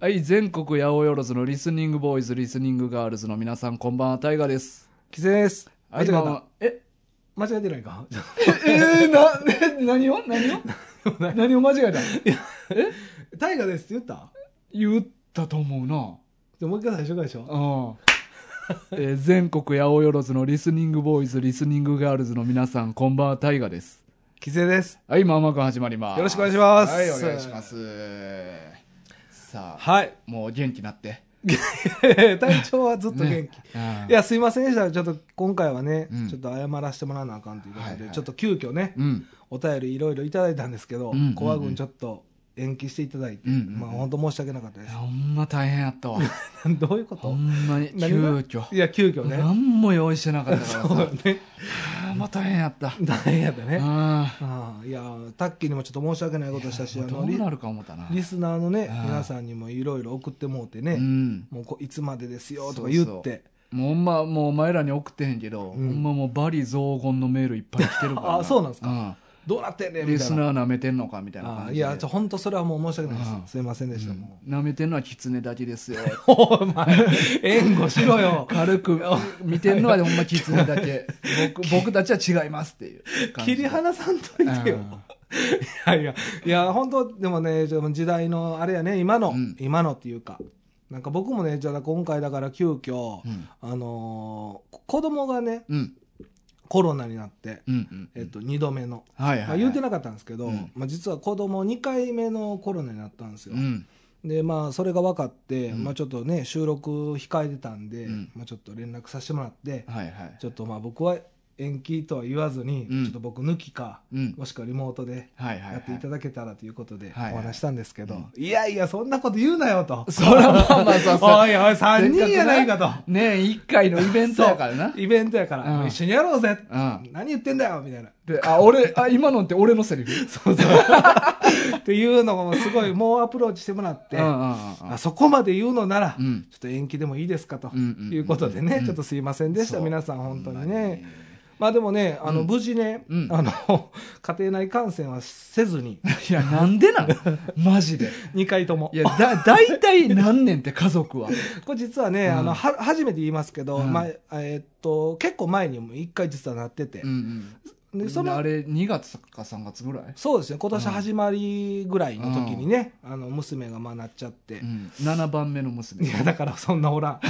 はい、全国八百万のリスニングボーイズ、リスニングガールズの皆さん、こんばんは、タイガーです。キセです。間は違い、えこんばんたは。え、間違えてないかえー、 な、ね何を何を 何を間違えた大河ですって言った言ったと思うな。じゃあもう一回最初からでしょうん。えー全国八百万のリスニングボーイズ、リスニングガールズの皆さん、こんばんは、タイガです。キセです。はい、まんまくん始まります。よろしくお願いしますはい、お願いします。さあ、 はい。もう元気なって。体調はずっと元気。うんいや、すいませんでした。ちょっと今回はね、うんちょっと謝らせてもらわなあかんということで、はいはいちょっと急遽ね、うん。お便りいろいろいただいたんですけど、うんうんうんコア軍ちょっと延期していただいて、うんうんうんまあ本当申し訳なかったでいやほんま大変や ったわ。す。どういうこほとんまに、急何が遽。いや、急遽ね。何も用意してなかったからそさう。 ね。ほんま大変やった。大変やったね。あああいや、タッキーにもちょっと申し訳ないことしたし、あどの、うリなるか思ったな。リスナーのね、ああ皆さんにもいろいろ送ってもうてね、うん。もうこういつまでですよとか言って、そうそうもうほんま、もうお前らに送ってへんけど、うほんんまもうバリ雑言のメールいっぱい来てるからあそうなんすかか、どうなってんねうんんみリたいスな。ナー舐めてんのかみたいなあ感あじいでや、ちょ、本当それはもう申し訳ないあです。すいませんでした、うんも舐めてんのは狐だけですよ う。お前、援護しろ よ。軽く見てんのはほんま狐だけ 僕僕たちは違いますっていう感じ切でり離さんといてよ。いやいや、いや、本当でもね、ちょ時代の、あれやね、今の、うん今のっていうか、なんか僕もね、じゃあ今回だから急遽、うんあのーこ子供がね、うんコロナになって、うんうんえっと、2度目の。はいはい、まはあ、い、言うてなかったんですけど、うんまあ、実は子供2回目のコロナになったんですよ、うんでまあそれが分かって、うんまあ、ちょっとね収録控えてたんで、うんまあ、ちょっと連絡させてもらって、はいはいちょっとまあ僕は延期とは言わずに、うんちょっと僕抜きか、うんもしくはリモートではいはい、はい、やっていただけたらということではいはいお話ししたんですけど、うんいやいやそんなこと言うなよとそらまあまあさ おいおい3人やないかと年一回のイベントやからな。イベントやから、うんもう一緒にやろうぜ、う何言ってんだよみたいな。で、あ、俺、あ、今のって俺のセリフそうそう。 っていうのもすごいもうアプローチしてもらって、うんうんあうんうんそこまで言うのなら、うんちょっと延期でもいいですかとうんうんうんいうことでね、うんちょっとすいませんでした、そう皆さん本当にね。。まあでもね、あの、無事ね、うんあの、 家庭内感染はせ ずに、いや、なんでなんマジで。 2回ともい。や、だ、大体何年って家族は。これ実はね、うんあの、は、初めて言いますけど、うんまあ、えーっと、結構前にも1回実はなっててう、んうで、ん。そそのあの、れ、2月か3月ぐらいそうですね、今年始まりぐらいの時にね、あの、娘がまあなっちゃって、うん。7番目の娘い。や、だからそんなお らん。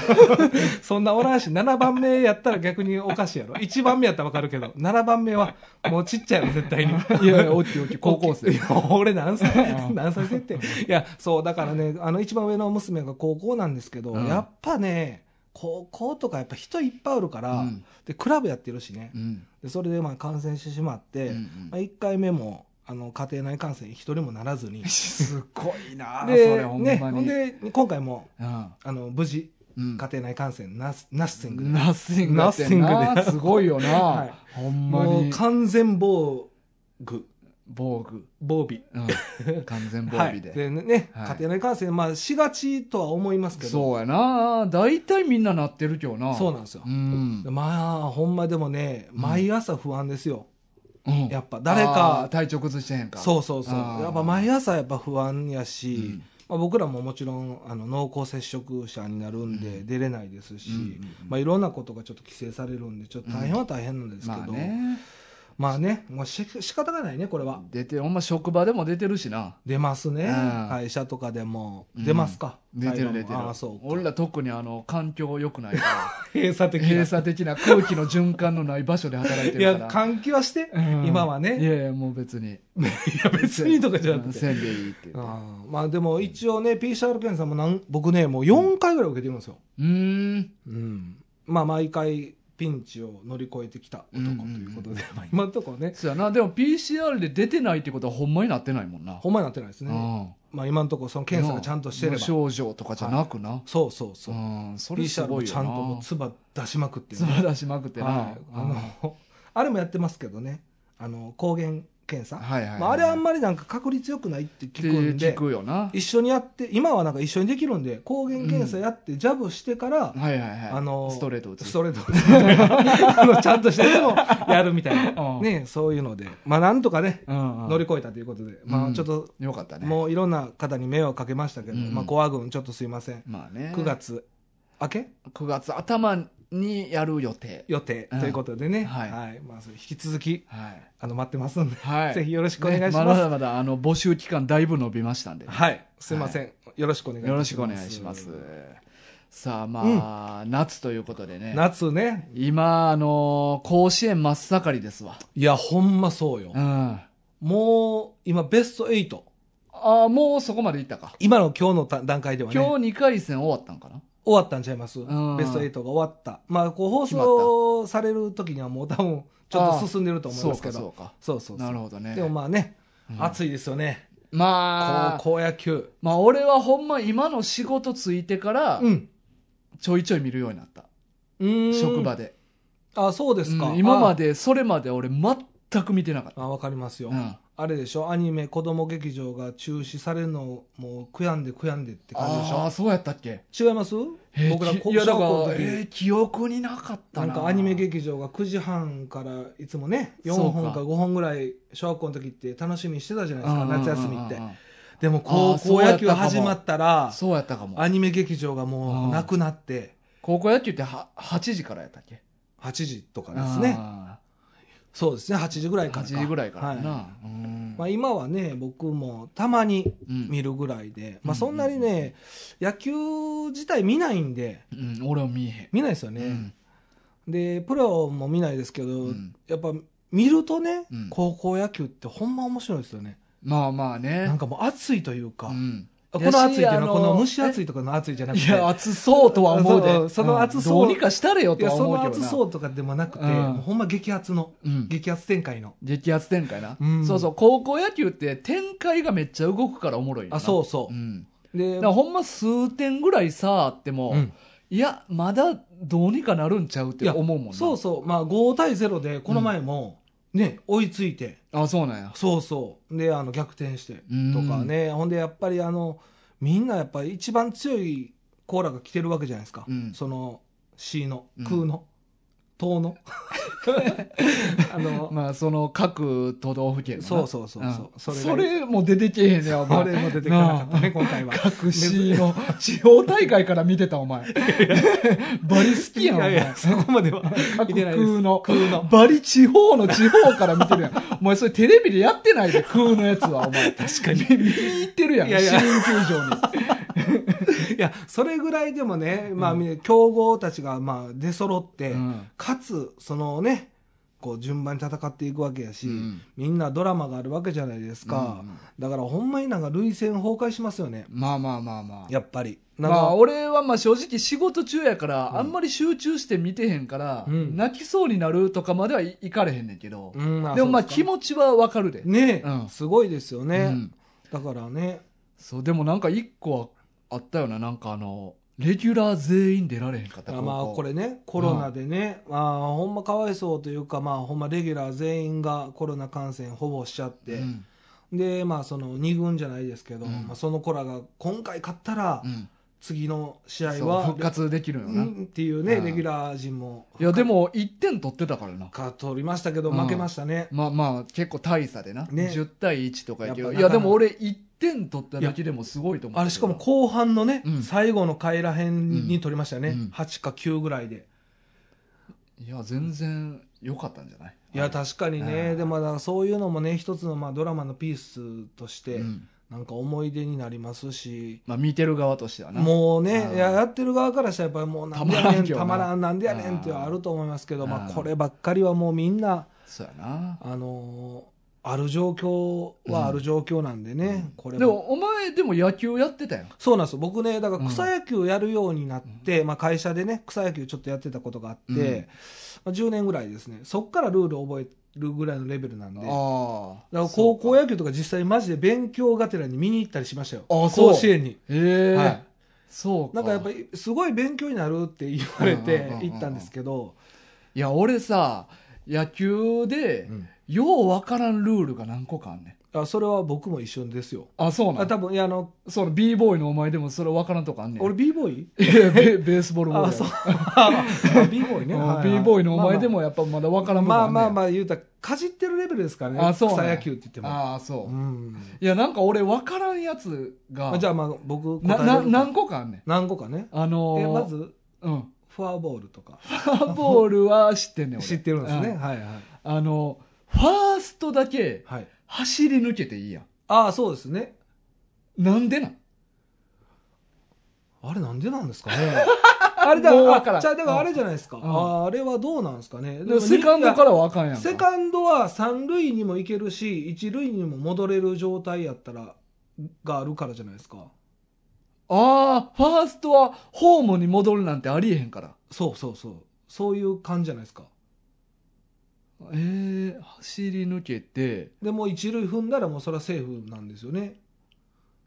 そんなおらんし、7番目やったら逆におかしいやろ。1番目やったらわかるけど、7番目はもうちっちゃいの、絶対に。いやいや、おっきいおっきい、高校生い。や俺何歳何歳設定いや、そう、だからね、あの、一番上の娘が高校なんですけど、うんやっぱね、高校とかやっぱ人いっぱいおるから、うんで、クラブやってるしねう。ん。で、それでまあ感染してしまって、うんまあ、1回目も、あの、家庭内感染一人もならず にうん。。すごいなそでれ、ほんね、まほに。んで、今回も、うん。あの、無事、うん家庭内感染ナスナッシングでナッシングやってんナッシンな。グですごいよな。はいほんまもうに。完全防具防具。防備うん。完全防は備い、で。でね、はい家庭内感染、まあ、しがちとは思いますけどそうやな。大体みんななってるけどな。そうなんですよう、ん。まあほんまでもね毎朝不安ですよ、うんやっぱ誰あーか体調崩してへんか。そうそうそうあーやっぱ毎朝やっぱ不安やし、うんまあ、僕らももちろんあの濃厚接触者になるんで出れないですし、うんうんうんまあ、いろんなことがちょっと規制されるんでちょっと大変は大変なんですけど、まあね。まあねもうし仕方がないねこれは出て、ほんま職場でも出てるしな。出ますね、うん会社とかでも出ますか、出てる会話も出てるああそう。俺ら特にあの、環境良くない か閉鎖的ら。な閉鎖的な空気の循環のない場所で働いているやから。換気はして、うん今はねいやいや、もう別に。いや別にとかじゃなうんくて、せんでいいって言って。ああまあでも一応ね PCR 検査もなん僕ねもう4回ぐらい受けてるんですよ、うーん。うんまあ毎回ピンチを乗り越えてきた男ということうで、 んうんまあ今のところねそうやな。でも PCR で出てないってことはほんまになってないもんな。ほんまになってないですね、うんまあ今のところその検査がちゃんとしてれば無症状とかじゃなくな。そうそうそう、うん、それす PCR ごもいちよゃな。んともう唾出しまくってるつばらしまくってな。 はい、あの、あれもやってますけどねあの抗原検査、はいはいはいまあ、あれあんまりなんか確率よくないってっ聞てくんで聞くよな一緒にやって今はなんか一緒にできるんで抗原検査やってジャブしてから、はいはいはいあのストレート打つストレート打つ あのちゃんとしたやつもやるみたいな、うんね、そういうので、まあ、なんとかね、うんうん乗り越えたということで、まうあ、んちょっと、よかったねもういろんな方に迷惑かけましたけど、うんまあ、コア軍、ちょっとすいません、まあね9月明け9月頭にやる予定予定うんということでね、はいまあ、それ引き続きはいあの待ってますんで、はいぜひよろしくお願いします。ねまだまだあの募集期間だいぶ伸びましたんでねはい、すいません、よろしくお願いいたよろしくお願いしますさあまあ夏ということでね夏ね、今あの甲子園真っ盛りですわいや、ほんまそうよう。んもう、今、ベスト8。ああ、もうそこまでいったか。今の今日のた段階ではね、今終日2回戦終わったんかなわったんちゃいます、んベスト8が終わった。まあ、こう、放送される時にはもう多分、ちょっと進んでると思いそまうすけか、ど。そうか。そうそうそうなるほどね。でもまあね、うん暑いですよね。まあ、高校野球。まあ俺はほんま今の仕事ついてからうん。ちょいちょい見るようになった。うーん職場で。あ、そうですか。うん今まで、それまで俺全く見てなかった。あ。あ、わかりますよ。うんあれでしょアニメ、子供劇場が中止されるのを、もう悔やんで悔やんでって感じでしああ、そうやったっけょ違いますえー僕らき高いやだ小から校の、時えー記憶になかったなな。んかアニメ劇場が9時半からいつもね4そうか本か5本ぐらい小学校の時って楽しみにしてたじゃないですかうんうんうんうん夏休みってでも高そう校や野った球かも始まったらそうやったかもア。ニメ劇場がもうなくなって高校野球っては8時からやったっけ8時とかですねあそうですね8時ぐらーいから8時ぐらいからやな。はうんいまあ、今はね僕もたまにうん見るぐらいで、うんまあ、そんなにね野球自体見ないんでうん、俺は見えへん。見ないですよね、うんでプロも見ないですけど、うんやっぱ見るとね、うん高校野球ってほんま面白いですよねまあまあね。なんかもう暑いというか、うんこの暑いっていやうのはしこの蒸し暑いとかの暑いじゃなくいてや、暑そうとは思うで。そうその暑そうんどうにかしたれよいとやはそ思うのけどな。暑そうとかでもなくて、うんもうほんま激熱の、うん激熱展開の激圧展開な、うんそうそう、高校野球って展開がめっちゃ動くからおもろいよな。あそうそうんでだからほんま数点ぐらいさ、あっても、うんいや、まだどうにかなるんちゃうっいてや思うもんな。そうそうまあ5対0でこの前も、ね追いついてあ、そうなんや。そうそうであの逆転してうんとかね、ほんでやっぱりあのみんなやっぱり一番強いコーラが来てるわけじゃないですか、うんその C のうん空の、東 のあの、まあ、その各都道府県のなそうそうそうそう、それそがれも出てけへんねや、お前あれも出てこなかったなね、今回は。各市の地方大会から見てたお前バリ好きいやんおやい前や、そこまでは各見てないです。空の空の。バリ地方の地方から見てるやんお前それテレビでやってないで空のやつはお 前確かに見に行ってるやんいやいや市民球 場にいや、それぐらいでもね、まあ、強豪たちが、まあ、出揃って、うんかつ、そのね、こう、順番に戦っていくわけやし、うんみんなドラマがあるわけじゃないですか。うんうんだから、ほんまになんか、類戦崩壊しますよね。まあまあまあまあやっぱり。なんまかあ俺はまあ正直仕事中やからあんまり集中して見てへんからうん泣きそうになるとかまではいいかれへんねんけどうんでもまあ気そう持ちはわかるでですかね、うんすごいですよね。うんだからね、そうでもなんか一個はあったよななんかあのレギュラー全員出られへんかったあまあ高校これねコロナでね、ああほんまかわいそうというかまあほんまレギュラー全員がコロナ感染ほぼしちゃって、うんでまあその2軍じゃないですけど、うんまあ、その子らが今回勝ったらうん次の試合そうは復活できるような、んっていうね、うんレギュラー陣もいやでも1点取ってたからなか取りましたけどうん負けましたね、まあまあ結構大差でな、ね10対1とかやけどやっいやぱなかなでも俺1点取っただけでもすごいと思うあれしかも後半のね、うん最後の回らへんに取りましたよね、うん8か9ぐらいで。いや全然良かったんじゃないいや確かにね、うんでもだからそういうのもね一つのまあドラマのピースとして、うんなんか思い出になりますし、まあ、見てる側としてはなもううねんややってる側からしたらやっぱりもうなんでやたまらねんんけどなたまらんなんでやねんっていうのはあると思いますけど、うんまあ、こればっかりはもうみんな、そうやなあのーある状況はある状況なんでね、これでもお前でも野球やってたやんそうなんですよ僕ねだからうん草野球やるようになって、まあ、会社でね草野球ちょっとやってたことがあって、うんまあ、10年ぐらいですねそっからルールを覚えるぐらいのレベルなんで。ああだから高校野球とか実際マジで勉強がてらに見に行ったりしましたよ。あそう甲子園に。へえ、はいそうかなんかやっぱりすごい勉強になるって言われうんうんてうんうん行ったんですけど、いや俺さ野球でうんようわからんルールが何個かあんねんあそれは僕も一緒ですよあそうなあん多分いやあのその b ボーイのお前でもそれわからんとこあんねん俺 b ボーイいやベベースボールボールあやそう あ b ボーイねうんはいはい b ボーイのお前でまもやっぱまだわかあらんまあまあまあまああまあ言うたらかじってるレベルですからねあそうなん草野球って言ってもああそううんいやなんか俺わからんやつがまあじゃあまあ僕な答えなれるか何個かあんねん何個かねあのえーまずうんフォアボールとかファーボールは知ってんねん俺知ってるんですね、うはいはいあのファーストだけはい走り抜けていいやんああそうですねなんでなんあれなんでなんですかねあれだもうわあからんじゃあだからあれじゃないですか、んああれはどうなんですかねでもセカンドからはあかんやんかセカンドは三塁にも行けるし一塁にも戻れる状態やったらがあるからじゃないですかああファーストはホームに戻るなんてありえへんからそうそうそうそういう感じじゃないですかえー、走り抜けてでもう一塁踏んだらもうそれはセーフなんですよね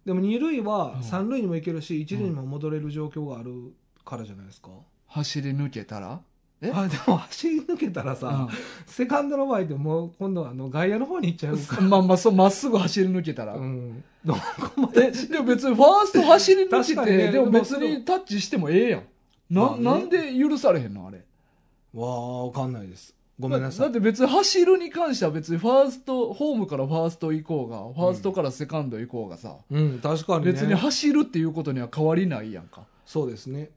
でも二塁うはん三塁にも行けるし一塁にも戻れる状況があるからじゃないですか、走り抜けたらえあでも走り抜けたらさ、うんセカンドの場合でもう今度はあの外野の方に行っちゃうから、まあまあそうまっすぐ走り抜けたら、うん、どこまでえでも別にファースト走り抜け確かて、にねでも別でもそにタッチしてもええやんな,、まあねなんで許されへんのあれわあわかんないですごめんなさだいって別に走るに関しては別にファーストホームからファースト行こうがファーストからセカンド行こうがさ、うん確かに、ね、別に走るっていうことには変わりないやんか、そうですね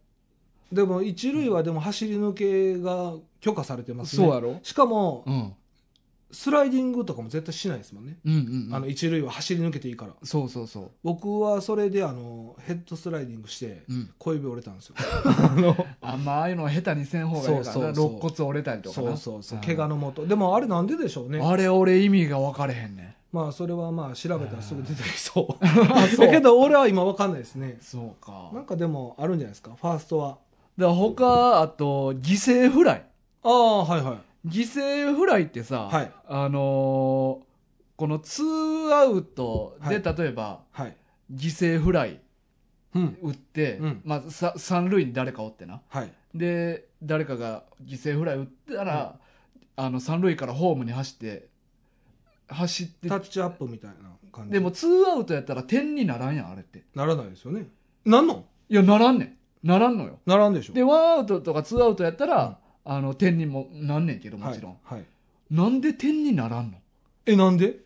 でも一塁はでも走り抜けが許可されてますねそうやろ、しかもうん、うんスライディングとかも絶対しないですもんね、うんうんあの一塁は走り抜けていいからそうそうそ僕はそれであのヘッドスライディングしてう、うん、小指折れたんですよあのあんまああいうのは下手にせん方がいいからそうなそうそう肋骨折れたりとかそなうそうそううん怪我のもとでもあれなんででしょうねあれ俺意味が分かれへんねんまあそれはまあ調べたらすぐ出てき そうあ だけど俺は今わかんないですねそうかなんかでもあるんじゃないですかファーストはだから他あと犠牲フライああはいはい犠牲フライってさ、はいあのーこのツーアウトで、例えばはい犠牲フライうん打って、うんまあ、さ三塁に誰かおってなはいで誰かが犠牲フライ打ったら、あの三塁からホームに走って走ってタッチアップみたいな感じでもツーアウトやったら点にならんやんあれってならないですよねなんのいやならんねんならんのよならんでしょでワンアウトとかツーアウトやったら、あの点にもなんねんけどもちろん、はいはいなんで点にならんのえなんで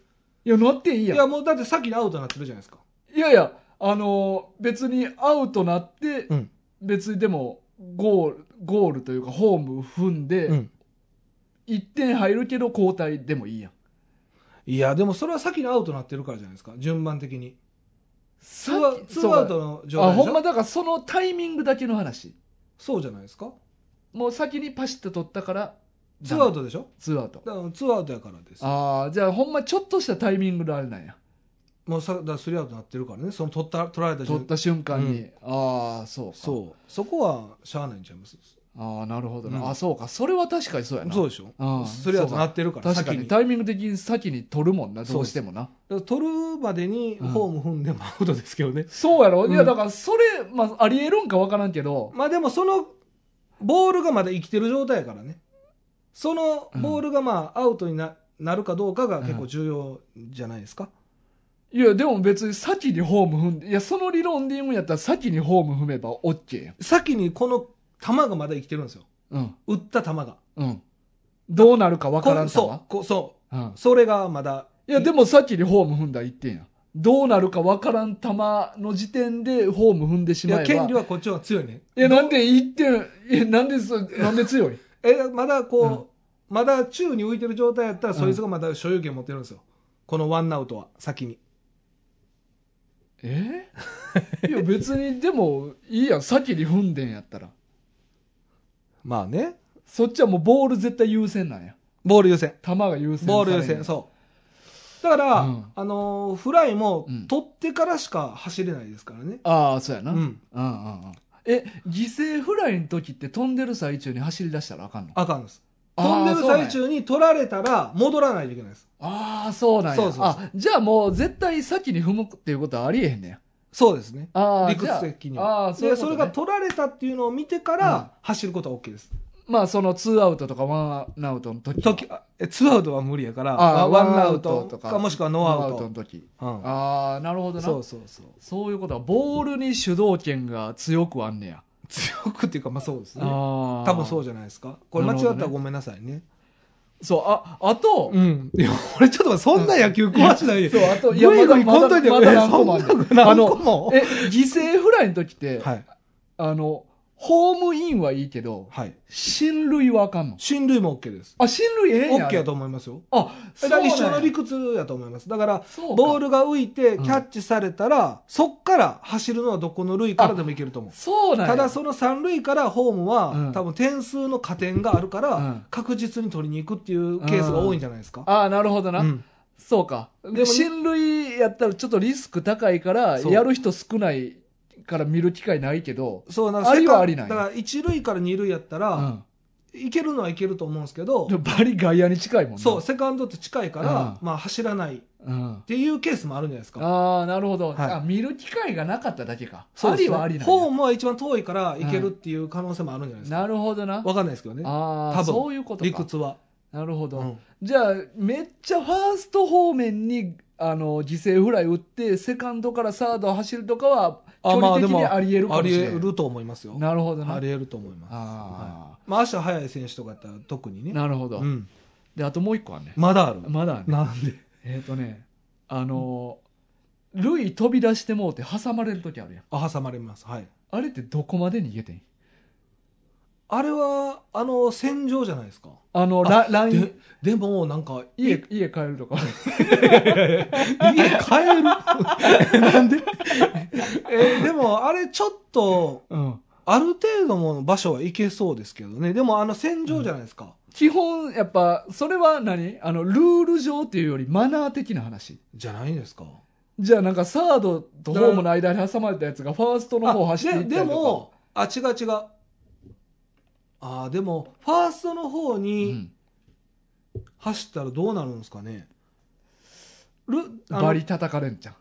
いやなっていいいやんやもうだってさっきのアウトになってるじゃないですかいやいや、あのー別にアウトなって、うん別にでも、ゴール、ゴールというか、ホーム踏んで、うん1点入るけど交代でもいいやん。いやでもそれはさっきのアウトになってるからじゃないですか順番的にツさっーきツーアウトのそ状うあ、態でしほんょまだからそのタイミングだけの話。そうじゃないですかもう先にパシッと取ったから、ツーアウト。トでしょツーアウト。だからツーアウトやからですああ、じゃあほんまちょっとしたタイミングのあれなんや。もうさだからスリーアウトになってるからねその取った取られた取った瞬間に。ああ、そうか。そうそこはしゃあないんちゃいますああ、なるほどな。うんあそうか。それは確かにそうやな。そうう。でしょああスリーアウトになってるから確かに。先だかタイミング的に先に取るもんな、どうしてもな。ら取るまでにうんホーム踏んでもアウトですけどね、そうやろ、うんいや、だから、それ、まあ、ありえるんかわからんけど、まあでもそのボールがまだ生きてる状態やからねそのボールがまあアウトにななるかどうかが結構重要じゃないですか、いや、でも別に先にホーム踏んで、いや、その理論で言うんやったら先にホーム踏めば OK やん。先にこの球がまだ生きてるんですようん。打った球がうん。どうなるかわからんこさそは。うこそうんう。それがまだいや、でも先にホーム踏んだら1点やん。どうなるかわからん球の時点でホーム踏んでしいまえば。や権利はこっちの方が強いねいやなんで1点、いや、なんでそ、なんで強いえまだこう、まだ宙に浮いてる状態やったら、うんそいつがまだ所有権持ってるんですよこのワンアウトは先にえいや、別に、でも、いいやん。先に踏んでんやったら。まあねそっちはもうボール絶対優先なんや。ボール優先球が優先ボールさ優れんや先そうだから、うんあのーフライもうん取ってからしか走れないですからね、ああそうやな、うんうんうんうんえ犠牲フライの時って飛んでる最中に走り出したらあかんのあかんですあ飛んでーるそうなんや最中に取られたら戻らないといけないですああそうなんやそうそうそうあじゃあもう絶対先に踏むっていうことはありえへんねやそうですねああ理屈的にじゃあはあーでそそういうことねれが取られたっていうのを見てかうんら走ることは OK です、まあその2アウトとか1アウトの時時えツーアウトは無理やから、あワンアウトとか、もしくはノーアウノーアウトトの。時うんああなるほどなそうそうそう。そういうことはボールに主導権が強くあんねや強くっていうか、まあそうですね。あ多分そううじゃないですか。これ間違ったらごめんなさいね。そうああと、うん。いや、俺ちょっと待ってそんな野球詳しないよ。そうあといや、まだ、まだ、ままだだ何何個個ももああるるんだよ。あ何の個も。え犠牲フライの時って、はい。あのホームインはいいけどはい。進塁はあかんの進塁も OK です。あ進塁ええんや OK やと思いますよ。あそだうかなんらや一緒の理屈やと思います。だから、そうかボールが浮いてキうんャッチされたら、そっから走るのはどこの塁からでもいけると思う。そうなんやただその三塁からホームは、うん多分点数の加点があるかうらん、確実に取りに行くっていうケースが多いんじゃないですか。ああなるほどな、うんそうかでもで進塁やったらちょっとリスク高いからそうやる人少ないから見る機会ないけどそうなんありは世界ありなんだやから一塁から二塁やったら、うんいけるのはいけると思うんですけどで、もバリ外野に近いもんねそう、セカンドって近いから、うまあ走らないっうん、ていうケースもあるんじゃないですか。ああなるほど、はいあ見る機会がなかっただけかそうあですりねはありなんやホームは一番遠いから行けるっていう可能性もあるんじゃないですか。なるほどなわかんないですけどね。あ多あ分そういうこと理か屈は。なるほど、うんじゃあめっちゃファースト方面にあの犠牲フライ打ってセカンドからサード走るとかは距離的にありえるかもしれあなりえいると思いますよ。なるほどなありえると思います。あまあ足が速い選手とかやったら特にーね。なるほど、うん。であともう一個はねまだある。まだあんねなんでえっ、とねあのー、ルイ飛び出してもうて挟まれる時あるやんあ、挟まれます。はい。あれってどこまで逃げてんあれは、あの、戦場じゃないですか。あのラライでン、でも、なんか、家家帰るとか 家帰る なんでえーでも、あれちょっと、うんある程度の場所は行けそうですけどね。でも、あの、戦場じゃないですか。基本やっぱそれは何あのルール上っていうよりマナー的な話じゃないですか。じゃあなんかサードとホームの間に挟まれたやつがファーストの方走っていでったりとでかも、あ、違う違う。あーでも、ファーストの方うにん走ったらどうなるんですかね。るあのバリ叩かれんじゃん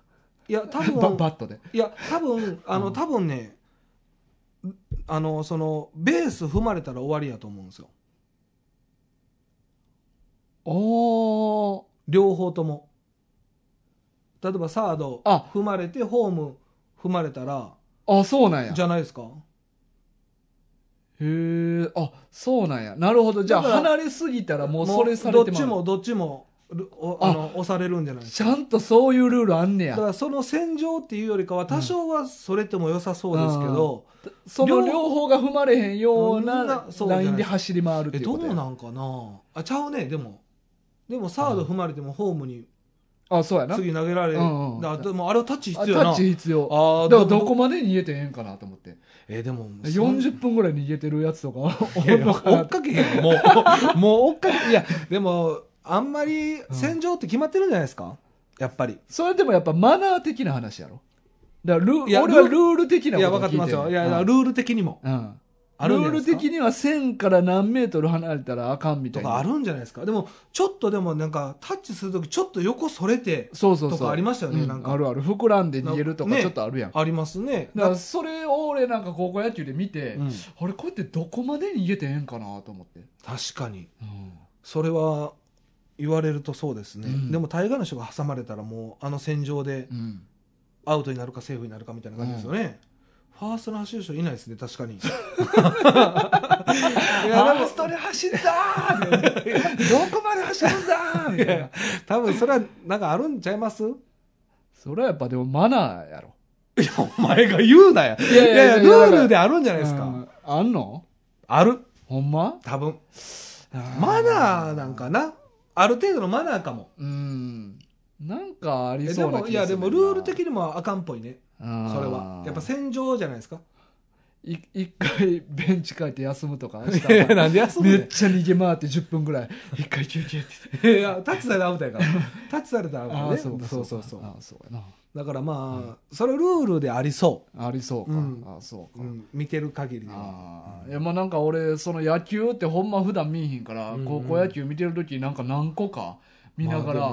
いや、多バ分、バットでいや、多分、あうの、ん多分ね、あの、その、ベース踏まれたら終わりやと思うんですよ。おー両方とも。例えばサードあ踏まれて、ホーム踏まれたら、あそうなんやじゃないですか。へえあそうなんやなるほどじゃあだから離れすぎたらもうそれされてまうもうどっちも、どっちも、るおああの、押されるんじゃないですちか。ゃんとそういうルールあんねだやからその戦場っていうよりかは、多少はそれても良さそうですけど、その両両方が踏まれへんよううんななそうじゃなラいインで走り回るってえ、いうどことうやなんかなあ、ちゃうね、でも。でもサード踏まれてもホームにあそうやなあ次投げられる。うんうんだでもあれはタッチタ必要やな。ッチ必要ああ、だからどこまで逃げてええんかなと思ってえーでも、 40分ぐらい逃げてるやつとか いやいおやんのか追なっかけへんよもう、もう追っかけ、いや、でも、あんまり戦場って決まってるんじゃないですか、やっぱり。それでもやっぱマナー的な話やろだからルいや俺はルール的いなこや、と分をか聞っいててますよ。いや、うんルール的にも。うんあルるんーじゃないでルすか的には線から何メートル離れたらあかんみたといかあなるんじゃないですか。でも、ちょっとでもなんか、タッチするとき、ちょっと横それて、そうそうそとうかありましたよね、うんなんか。あるある膨らんで逃げるとかねちょっとあるやん、ありますね。だからそれを俺なんか高校野球で見て、うんあれこうやってどこまで逃げてええんかなと思って、確かに。うんそれは、言われるとそうですね。うんでも、大河の人が挟まれたら、もう、あの戦場で、うんアウトになるかセーフになるかみたいな感じですよね、ファーストの走る人いないですね確 かにいやでもトで走ったーどこまで走るんだーみたいな多分それはなんかあるんちゃいますいそれはやっぱでもマナーやろやお前が言うなやいいやいやいややいやルールであるんじゃじないですか、あんのあるほんま多分マナーなんかなある程度のマナーかもうんなんかあえりでそうな気がするもいやでもルール的にもあかんっぽいねそれそれはやっぱせ戦場じゃないですか一回 ベンチ帰って休むとかしたいらやなんで休んめでっちゃ逃げ回って10分ぐらい一回休憩っていやいやタッチされたらアウトやからタ ッチされたらアウトやあねあそうかそうそそうかうそうああそうやだからまあ、それルールでありそなありそうか、うんああそうう、か、見てる限りではああいやまあなんか俺その野球ってほんま普段見えへんから、うんうん高校野球見てる時なんか何個か見ながら、ま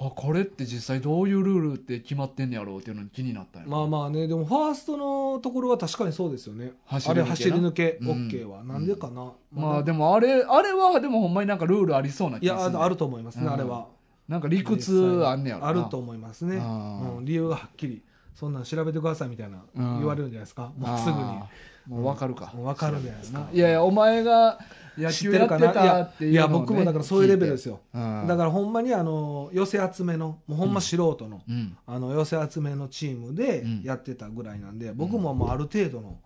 ああ、これって実際どういうルールって決まってんねやろうっていうのに気になったんやまあまあねでもファーストのところは確かにそうですよね走あり抜けれな走り抜けうん OK はなんでかなまあでももあれあれはでもほんまになんかルールありそうな気いがやするああると思いますねうんあれはなんか理屈あんねやろなあると思いますねうんうん理由がはっきりそんなん調べてくださいみたいなうん言われるんじゃないですかもうすぐにあーもう分かるか、もう分かるんじゃないですかいやいやお前が野知球ってやるってかなたっていうのをねいやいや僕もだからそういうレベルですよ聞いてだからほんまにあの寄せ集めのもうほんま素人のうんあの寄せ集めのチームでうんやってたぐらいなんで、僕ももうある程度の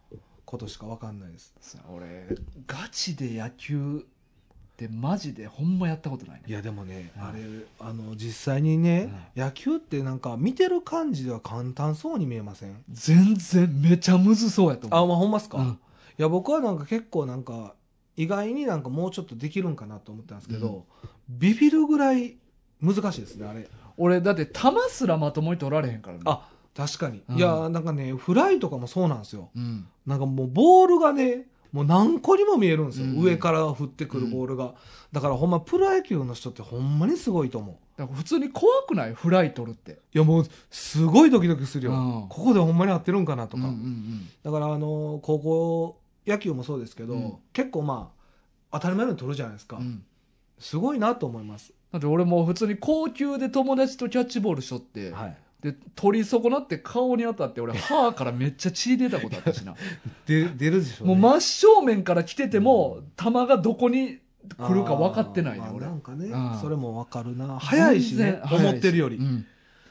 ことしか分かんないです、さ俺ガチで野球ってマジでほんまやったことないねいやでもね、うんあれあの実際にね、野球ってなんか見てる感じでは簡単そうに見えません全然めちゃむずそうやとあ思うまあほんまっすか、うんいや僕はなんか結構なんか意外になんかもうちょっとできるんかなと思ったんですけど、ビビるぐらい難しいですねあれ俺だって球すらまともに取られへんからねあ確かに、うんいやなんかねフライとかもそうなんですようんなんかもうボールがね、もう何個にも見えるんですよ。うん上から降ってくるボールが。だからほんまプロ野球の人ってほんまにすごいと思う。だから普通に怖くないフライ取るっていやもうすごいドキドキするよ。うんここでほんまに合ってるんかなととか。だからあのー高校野球もそうですけど、うん結構まあ当たり前のように取るじゃないですか。うんすごいなと思います。だって俺もう普通に高級で友達とキャッチボールしとって、はい。で取り損なって顔に当た って俺歯からめっちゃ血出たことあったしなで出るでしょもうね。真正面から来てても球がどこに来るか分かってないねあーまあ俺なんかねうん、それもわかるな。早いし全ね然、早いし思ってるより。うん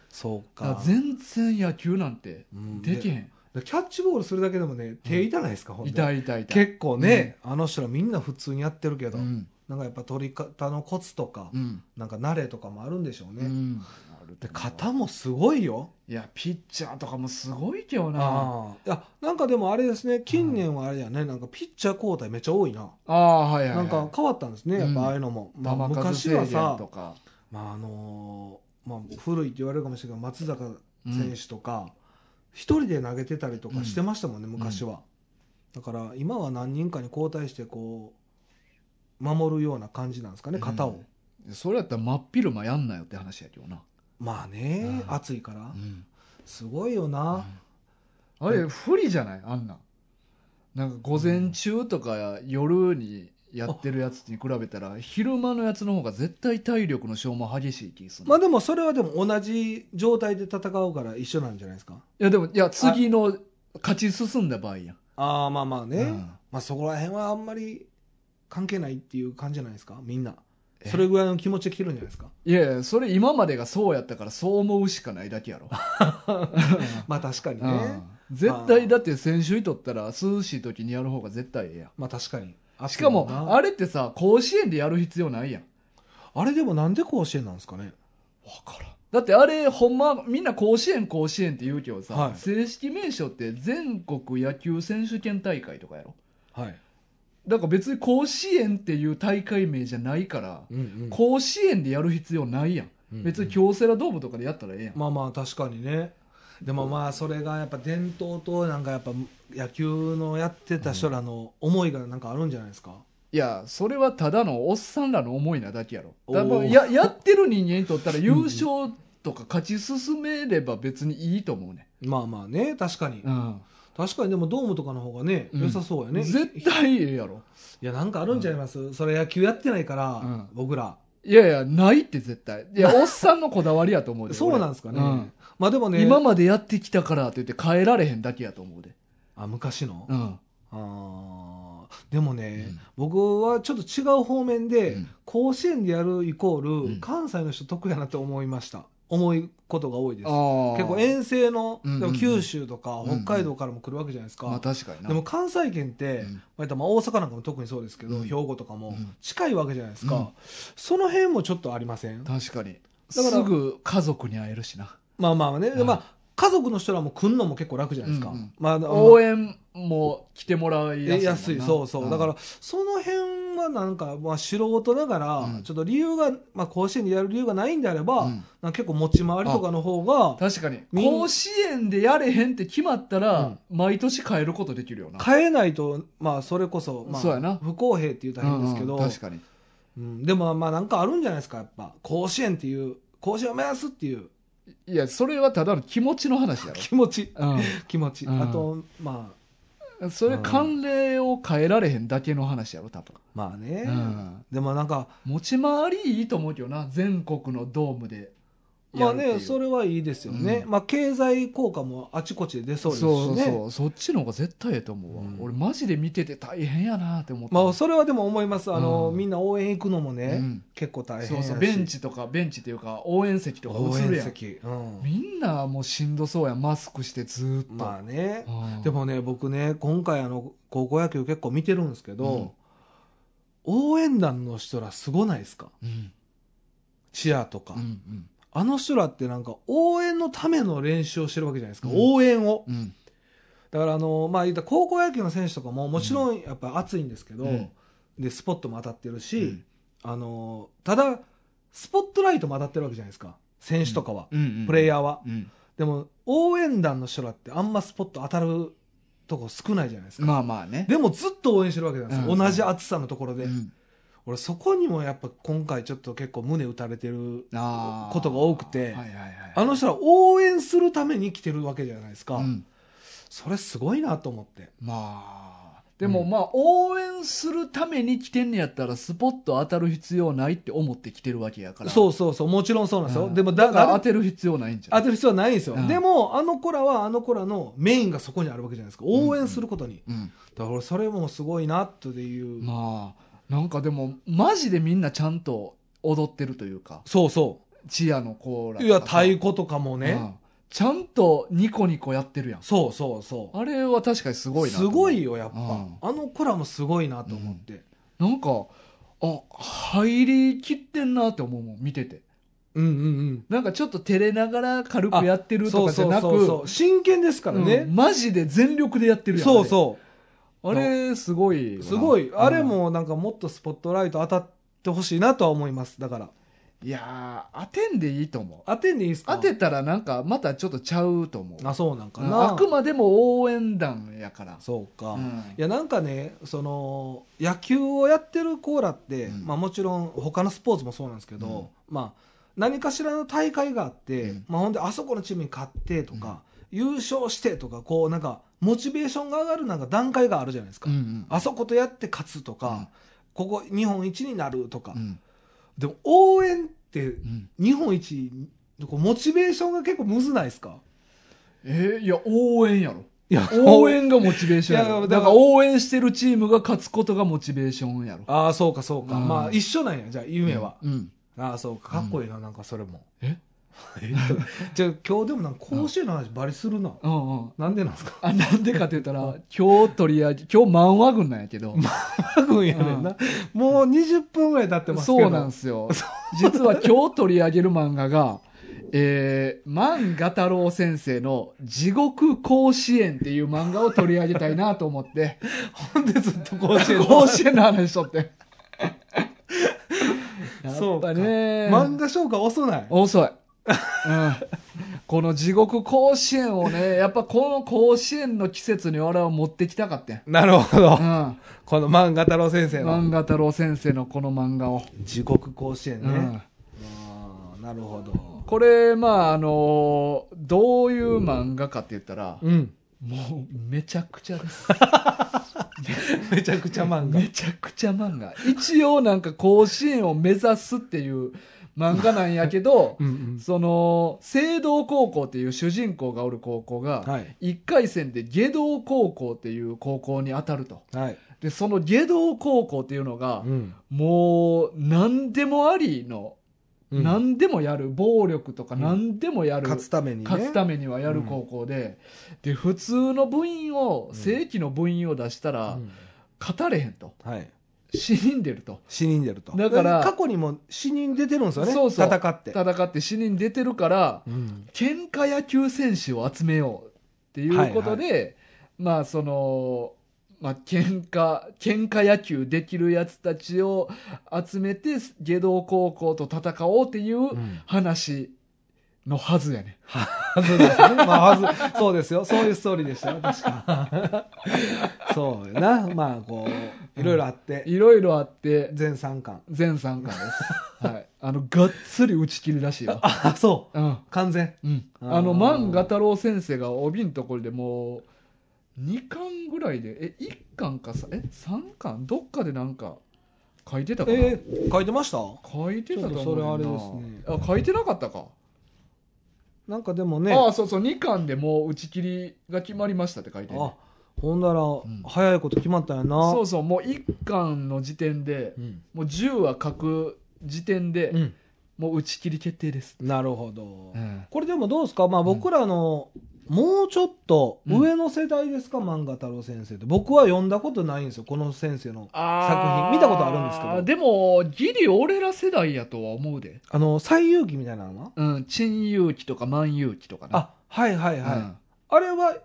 そうだか。から全然野球なんてうんできへん、でキャッチボールするだけでもね、手痛ないですか、ほんで痛い痛い痛い結構ね、あの人らみんな普通にやってるけど、うんなんかやっぱ取り方のコツとか、うんなんか慣れとかもあるんでしょうね、うんで型もすごいよいやピッチャーとかもすごいけどなああいやなんかでもあれですね近年はあれやねなんかピッチャー交代めっちゃ多いな、ああはいはい、はい、なんか変わったんですね、やっぱああいうのも、まあ、球数昔制は限さと、かまああのーまあ、古いって言われるかもしれないけど松坂選手とか一、人で投げてたりとかしてましたもんね、昔は、だから今は何人かに交代してこう守るような感じなんですかね型を、うんそれやったら真っ昼間やんなよって話やけどな、まあね、うん暑いからうんすごいよな、あれ不利じゃないあんなんなんか午前中とか夜にやってるやつに比べたら昼間のやつの方が絶対体力の消耗激しい気する、まあでもそれはでも同じ状態で戦うから一緒なんじゃないですかいやでもいや次の勝ち進んだ場合やんああまあまあね、うんまあそこら辺はあんまり関係ないっていう感じじゃないですかみんなえそれぐらいの気持ちで来てるんじゃないですかいやいやそれ今までがそうやったからそう思うしかないだけやろ、まあ確かにね、うん絶対だって先週にとったら涼しい時にやる方が絶対ええやんまあ確かにしかもああれってさ甲子園でやる必要ないやんあれでもなんで甲子園なんですかねだってあれほんまみんな甲子園甲子園って言うけどさ、はい正式名称って全国野球選手権大会とかやろはい、だから別に甲子園っていう大会名じゃないから、甲子園でやる必要ないやん、別に京セラドームとかでやったらええやん、まあまあ確かにねでもまあそれがやっぱ伝統となんかやっぱ野球のやってた人らの思いがなんかあるんじゃないですか、いやそれはただのおっさんらの思いなだけやろおーだからもうややってる人間にとったら優勝とか勝ち進めれば別にいいと思うね、まあまあね確かに、うん確かにでもドームとかの方がね、うん良さそうやねい絶対ええやろやなんかあるんちゃいます、それ野球やってないから、うん僕らいやいやないって絶対い やおっさんのこだわりやと思うでそうなんですかね、俺うまあでもね今までやってきたからって言って変えられへんだけやと思うで、あ昔の、うんあーでもね、うん僕はちょっと違う方面で、うん甲子園でやるイコール、うん関西の人得やなって思いました思うことが多いです結結構遠征の、うんうんでうんも九州とかうんうん北海道からも来るわけじゃないですか、まあ確かになでも関西圏って、うんまあ大阪なんかも特にそうですけど、うん兵庫とかうもん近いわけじゃないですか、うんその辺もちょっとありません確かにだかすらぐ家族に会えるしなまあまあね、はいまあ家族の人らも来んのも結構楽じゃないですか、うんうんまああの応援も来てもらいやすいえ安いそうそう、だかららその辺はなんか、まあ、素人ながら、うんちょっと理由が、まあ、甲子園でやる理由がないんであれば、うんなんか結構持ち回りとかの方が確かにみん甲子園でやれへんって決まったうらん毎年変えることできるよな変えないと、まあ、それこそ、まそうやなあ、不公平って言うたら変ですけど、うんうん確かにうん、でもまあなんかあるんじゃないですかやっぱ甲子園っていう甲子園を目指すっていういやそれはただの気持ちの話だ 気持ちろ、気持ち、うんあとまあうん、それ慣例を変えられへんだけの話やろ多分、まあね、うんでもなんか持ち回りいいと思うけどな全国のドームでまやあるっていうねそれはいいですよね、うんまあ経済効果もあちこちで出そうですしねそうそうそっちの方が絶対ええと思うわ、うん俺マジで見てて大変やなって思った、まあそれはでも思いますあの、うんみんな応援行くのもね、うん結構大変そやうしそうベンチとかベンチっていうか応援席とか応映る援やん席、うん、みんなもうしんどそうやんマスクしてずーっと、まあね、うんでもね僕ね今回あの高校野球結構見てるんですけど、応援団の人らすごないですかうんチアとか、うんうんあの人らってなんか応援のための練習をしてるわけじゃないですか、うん応援をうんだからあのまあ言ったら高校野球の選手とかももちろんやっぱ熱いんですけど、うんでスポットも当たってるし、うんあのただスポットライトも当たってるわけじゃないですか選手とかは、うんプレイーヤーは、うんでも応援団の人らってあんまスポット当たるとこ少ないじゃないですか、まあまあねでもずっと応援してるわけじゃないですか、うん同じ暑さのところで、うん俺そこにもやっぱ今回ちょっと結構胸打たれてるあーことが多くてはいはいはい、あの人ら応援するために来てるわけじゃないですか、うんそれすごいなと思ってまあでもまあ応援するために来てんねやったらスポット当たる必要ないって思って来てるわけやからそうそうそうもちろんそうなんですよ、うんでもだだから誰当てる必要ないんじゃ当んてる必要はないんですよ、うんでもあの子らはあの子らのメインがそこにあるわけじゃないですか応援することに、うん、だから俺それもすごいなっていう、まあなんかでもマジでみんなちゃんと踊ってるというかそうそチアのコーラういやとかさ太鼓とかもね、うんちゃんとニコニコやってるやんそうそうそうあれは確かにすごいなとす思うごいよやっぱ、うんあの子らもすごいなと思ってなんかあ入りきってんなって思うもん見ててうんうんなんかちょっと照れながら軽くやってうんるそとうかじゃそうなくそうそう真剣ですからね、うんマジで全力でやってるやんそうそうあれあれすごいよなすごい、あれうんもなんかもっとスポットライト当たってほしいなとは思いますだからいやー当てんでいいと思う当てんでいいですか当てたらなんかまたちょっとちゃうと思うあそうなんかうんなあくまでも応援団やからそうか、うんいやなんかねその野球をやってるコーラって、うんまあ、もちろん他のスポーツもそうなんですけど、まあ、何かしらの大会があって、うんまあ、ほんであそこのチームに勝ってとか、優勝してとかこうなんかモチベーションが上がるなんか段階があるじゃないですか、うんうんあそことやって勝つとうんか、ここ日本一になるとか、うんでも応援ってうん日本一こうモチベーションが結構むずないですかえーいや応援やろいや応援がモチベーションやいやろだだかからら応援してるチームが勝つことがモチベーションやろ ああそうかそうか、うんまあ一緒なんやじゃあ夢は、うんああそうかかっこいいな、なんかそれもええ っとじゃあ今日でもなんか甲子園の話バリするな、うんうんなんでなんですかあなんでかって言ったら今日取り上げ今日漫画軍なんやけど多分やねんな、もう20分ぐらい経ってますけどそうなんですよ実は今日取り上げる漫画がえー、漫画太郎先生の「地獄甲子園」っていう漫画を取り上げたいなと思って ほんでずっと甲子園の甲子園の話しとって。 そうかやっぱね。漫画紹介遅ない遅い。うん、この地獄甲子園をね、やっぱこの甲子園の季節に俺は持ってきたかってん。なるほうど、ん。 この漫画太郎先生の漫画太郎先生のこの漫画を。地獄甲子園うね、ん、ああなるほどこれ、まあ、あのどういう漫画かって言ったら、うんもうめちゃくちゃです。めちゃくちゃ漫 画めちゃくちゃ漫画。一応なんか甲子園を目指すっていう漫画なんやけど、うんその青道高校っていう主人公がおる高校うんがはい1回戦で下道高校っていう高校に当たるとはい、でその下道高校っていうのがうんもう何でもありのうん何でもやる暴力とかうん何でもやる勝つためにね勝つためにはやる高校でで普通の部員をうん正規の部員を出したらうん勝たれへんとはい死んでると死人出るとだから過去にも死人出てるんですよねそうそう戦って、戦って死人出てるからうん喧嘩野球選手を集めようっていうことで、まあその、まあ、喧嘩喧嘩野球できるやつたちを集めて下道高校と戦おうっていう話のはずやね、はずですね。 まあ、はず、 そうですよ。そういうストーリーでしたよ、確か。そうやな。まあ、こう、いろいろあって、いろいろあって、全3巻全3巻です。 はい。あの、がっつり打ち切りらしいわ。あそううん。完全うん。あーあの、万画太郎先生が帯のところでもう、2巻ぐらいで、え、1巻かさ、え、3巻どっかでなんか、書いてたかな、えー書いてました書いてたと思うちょっとそれあれねんでなすねあ、書いてなかったか。なんかでもねああ、そうそう、2巻でもう打ち切りが決まりましたって書いてる、あほんなら、ん早いこと決まったんやなそうそう、もう1巻の時点で、うん、もう10話書く時点で、うんもう打ち切り決定です。なるほど、うんこれでもどうですか、まあ、僕らの、もうちょっと上の世代ですか、漫画太郎先生って僕は読んだことないんですよこの先生のあー作品見たことあるんですけどでもギリ俺ら世代やとは思うであの西遊記みたいなのはうん珍遊記とか万遊記とかねあはいはいはい、うんあれは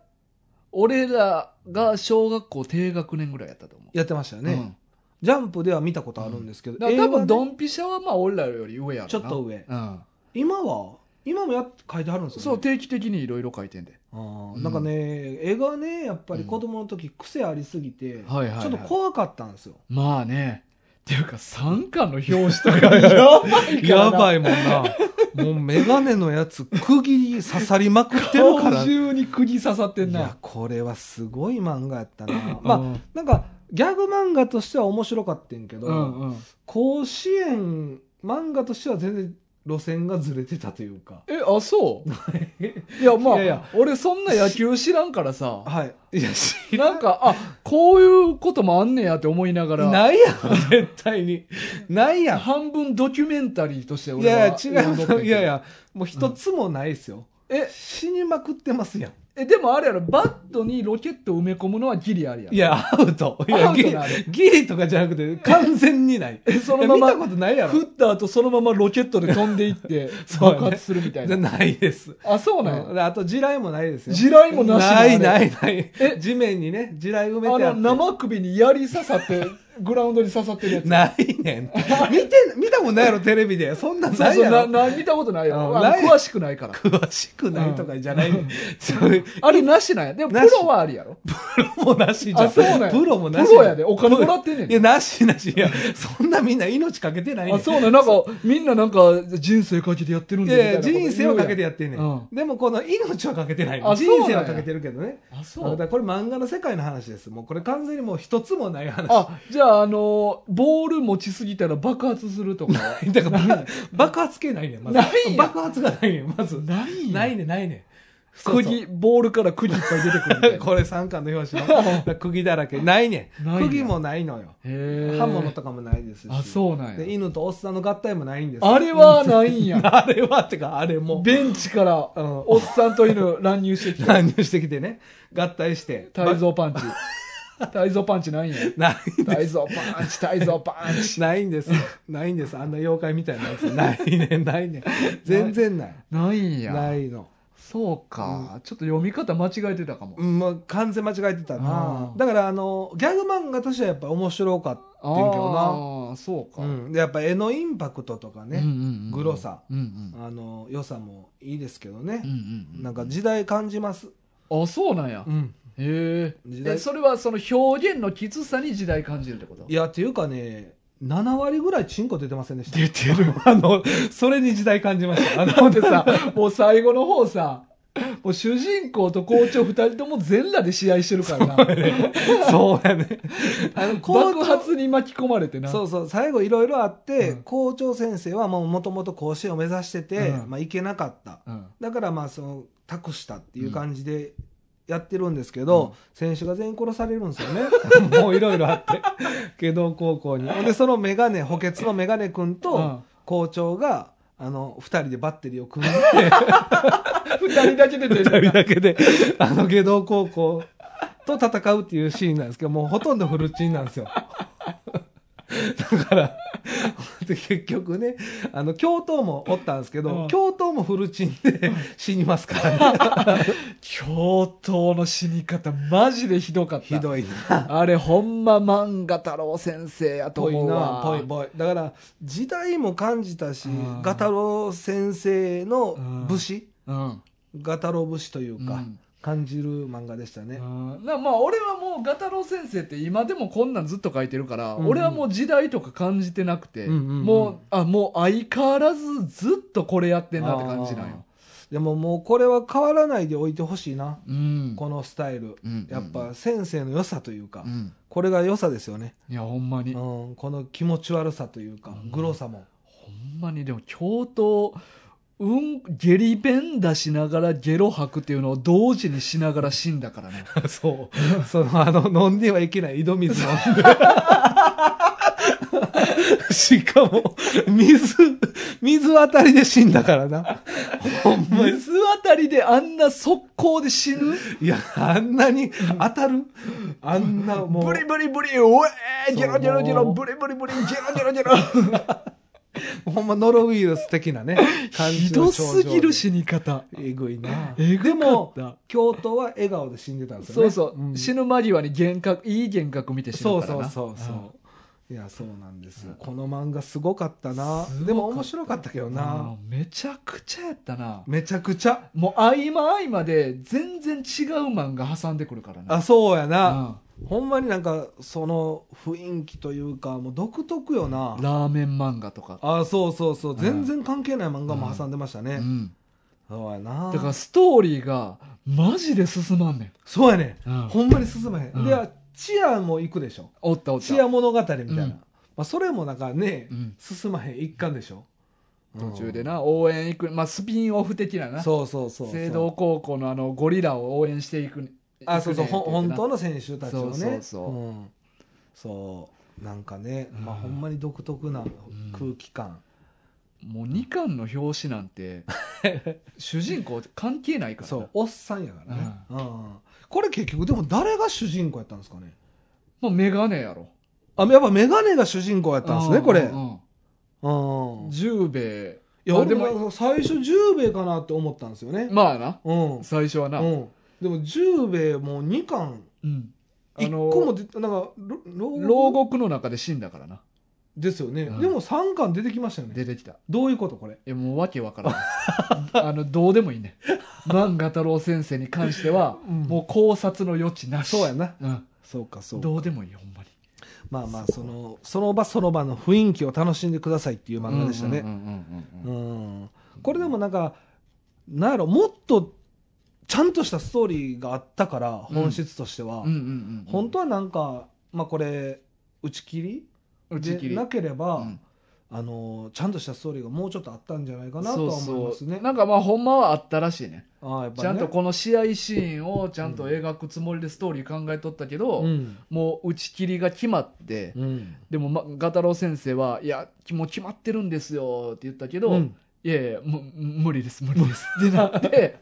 俺らが小学校低学年ぐらいやったと思うやってましたようねん、ジャンプでは見たことあるんですけど、だから多映画分ねドンピシャはまあ俺らより上やろなちょっと上うん今は今もやっ書いてあるんですよ、ね、そう定期的にいろいろ書いてんであーうんなんかね、絵がねやっぱり子供の時癖ありすぎて、はいはいはいちょっと怖かったんですよ、まあねっていうか3巻の表紙とかやばいからな やばいもんなもう眼鏡のやつ釘刺さりまくってるか顔らい中に釘刺さってんやなこれはすごい漫画やったなうまあんなんかギャグ漫画としては面白かったんけど、うんうん甲子園漫画としては全然路線がずれてたというかえあそう いやまあいやいや俺そんな野球知らんからさはいいやしなんか、あ、こういうこともあんねやって思いながら、ないやん絶対にないやん半分ドキュメンタリーとしてい俺はやいや違読んどったんけどういやいやもう一つもないですよ、え、死にまくってますやんえ、でもあれやろ、バットにロケット埋め込むのはギリありやろいやアウトいやアウトギリなあれギリとかじゃなくて完全にないえそのままいや見たことないやろ振った後そのままロケットで飛んでいって そうやね爆発するみたいじゃな。ないですあ、そうなんやうんであと地雷もないですよ地雷もなしのあなれいないないえ地面にね地雷埋めあての、あって生首に槍刺さって、グラウンドに刺さってるやつ。 ないねん見て見たことないやろテレビでそんなんそうないそうやなろな、見たことないよ。うあんのない詳しくないから。詳しくないとかじゃない、そういうあれなしなんや。でもプなしロはありやろ。プロもなしじゃんあそうなんやプロもなしプロやでお金もらってんねん いやなしなしいやそんなみんな命かけてないねんあ、そうね。なんか、みんななんか、人生かけてやってるんいだみたやいないやこと言うやん人生はかけてやってんねん、うんでもこの命はかけてないあ人そうなんや生はかけてるけどねあ、そだかう。らこれ漫画の世界の話ですもうこれ完全にもう一つもない話あ、じゃあ、あのー、ボール持ちすぎたら爆発するとか。だからば爆発系ないねんまずないんや爆発がないねんまずない。ないいねんないねんそうそう釘、ボールから釘いっぱい出てくるみたいな。 これ三巻の表 紙のだから釘だらけないねんないんや釘もないのよへー刃物とかもないですしあ、そうなんでや。犬とおっさんの合体もないんですあれはないんや。 あれはってかあれもベンチから、うんおっさんと犬乱入 してきて、乱入してきてね合体して泰造パンチ。泰造パンチないんや。ばないんで泰造パンチ、泰造パンチ。すないんですないんですあんな妖怪みたいなやつないねないね全然ないないんや。ないのそうか、ちょっと読み方間違えてたかも。うんもう完全間違えてたなうんだからあのギャグ漫画としてはやっぱ面白かったあんけどなーそうか。うん、でやっぱ絵のインパクトとかうんうね、んうんうんグロさ、うんうんあの良さもいいですけどうね、んうん、なんか時代感じます、あそうなんや、うん、へ時え代えそれはその表現のきつさに時代感じるってこといやっていうかね7割ぐらいチンコ出てませんでした出てるあのそれに時代感じま したあだのってさもう最後の方さもう主人公と校長二人とも全裸で試合してるからなそうやねあの校爆長発に巻き込まれてなそうそう最後いろいろあって、うん校長先生はもともと甲子園を目指してて、うんまあ、行けなかったうん、だからまあその託したっていう感じでやってるんですけど、うん選手が全員殺されるんですよね もういろいろあって 下道高校にでそのメガネ補欠のメガネ君うとん校長があの2人でバッテリーを組んで二人だけで出て2る人だけであの下道高校と戦うっていうシーンなんですけどもうほとんどフルチンなんですよだからで結局ねあの教頭もおったんですけど、うん教頭もフルチンで死にますからね教頭の死に方マジでひどかったひどいな。 あれほんま漫画太郎先生やとぽい思うわな、ぽいぽい。だから、時代も感じたしうん、ガタロウ先生のうん武士、うんガタロウ武士というか、感じる漫画でしたね。うんなまあ俺はもうガタロウ先生って今でもこんなんずっと書いてるから、うんうん俺はもう時代とか感じてなくて、うんうんうんもうあもう相変わらずずっとこれやってんなって感じなんよ、でももうこれは変わらないでおいてほしいな、うんこのスタイル。うんやっぱ先生の良さというか、うん、これが良さですよね、いやほんまうに、ほん、この気持ち悪さというか、うんグロ さも、んまにでも教頭うん、下痢弁出しながらゲロ吐くっていうのを同時にしながら死んだから ね。そう そのあの飲んではいけない井 戸水をしかも水水渡りで死んだからなほんまに水あたりであんな速攻で死ぬいやあんなに当たるあんなもうブリブリブリ、おえそうゲロゲロゲロ、もうブリブリブリ、ゲロゲロゲロ。ほんまノロウイルス的なね感じひの ど症状すでぎる死に方。えぐいなえぐでかっもた。京都は笑顔で死んでたんですよそねうそう、ん死ぬ間際に幻覚、いい幻覚見て死そぬうかそらうな。そうそういやそうなんですよ、この漫画すごかったなすごかったでも面白かったけどうんな、うんめちゃくちゃやったな。めちゃくちゃもう合間合間で全然違う漫画挟んでくるからな。あそうやな、あ、ほんまになんかその雰囲気というかもう独特よな、ラーメン漫画とか。あそうそうそううん全然関係ない漫画も挟んでましたね、うんそうやなだからストーリーがマジで進まんねそうやね、ん。うんほんまに進まへん、うんでチアも行くでしょおったおった。チア物語みたいな、うんまあ、それもなんかね、うん進まへん一巻でしょ途中でな、応援行く、まあスピンオフ的なうんな。そうそうそうそう聖堂高校のあのゴリラを応援していくあそうそう行くねほんって言って本な当の選手たちをそうねそうそううんそうなんかね、うんまあ、ほんまに独特な空気感、もう2巻の表紙なん て主人公関係ないからなそうおっさんやからね、うんこれ結局でも誰が主人公やったんですかねもうメガネやろあやっぱ眼鏡が主人公やったんですねこれ、ううんんうんい十兵衛やあで俺もも最初十兵衛かなって思ったんですよね、まあなうん、うん、最初はな、でも十兵衛もう2巻うんあ1の個も出てなんかろ牢牢獄の中で死んだからなですよね、うんでも3巻出てきましたよね出てきたいどういうことこれやもうわけわからない あのどうでもいいね万賀太郎先生に関しては、うんもう考察の余地なしそうやなうんそうかそうかどうでもいいよほんまにまあまあそのその場その場の雰囲気を楽しんでくださいっていう漫画でしたうんね。うんうんうんううんんこれでもなんかなんやろもっとちゃんとしたストーリーがあったからうん本質としては、うんうんうん本当はなんかまあこれ打ち切り打ち切りでなければ、うんあのちゃんとしたストーリーがもうちょっとあったんじゃないかなとは思いますね。なんかまあほんまはあったらしいねああやっぱちゃりんねとこの試合シーンをちゃんと描くつもりでストーリー考えとったけど、うんもう打ち切りが決まって、うんでも、ま、ガタロウ先生はいやもう決まってるんですよって言ったけど、うんいやいやもう無理です無理ですってな って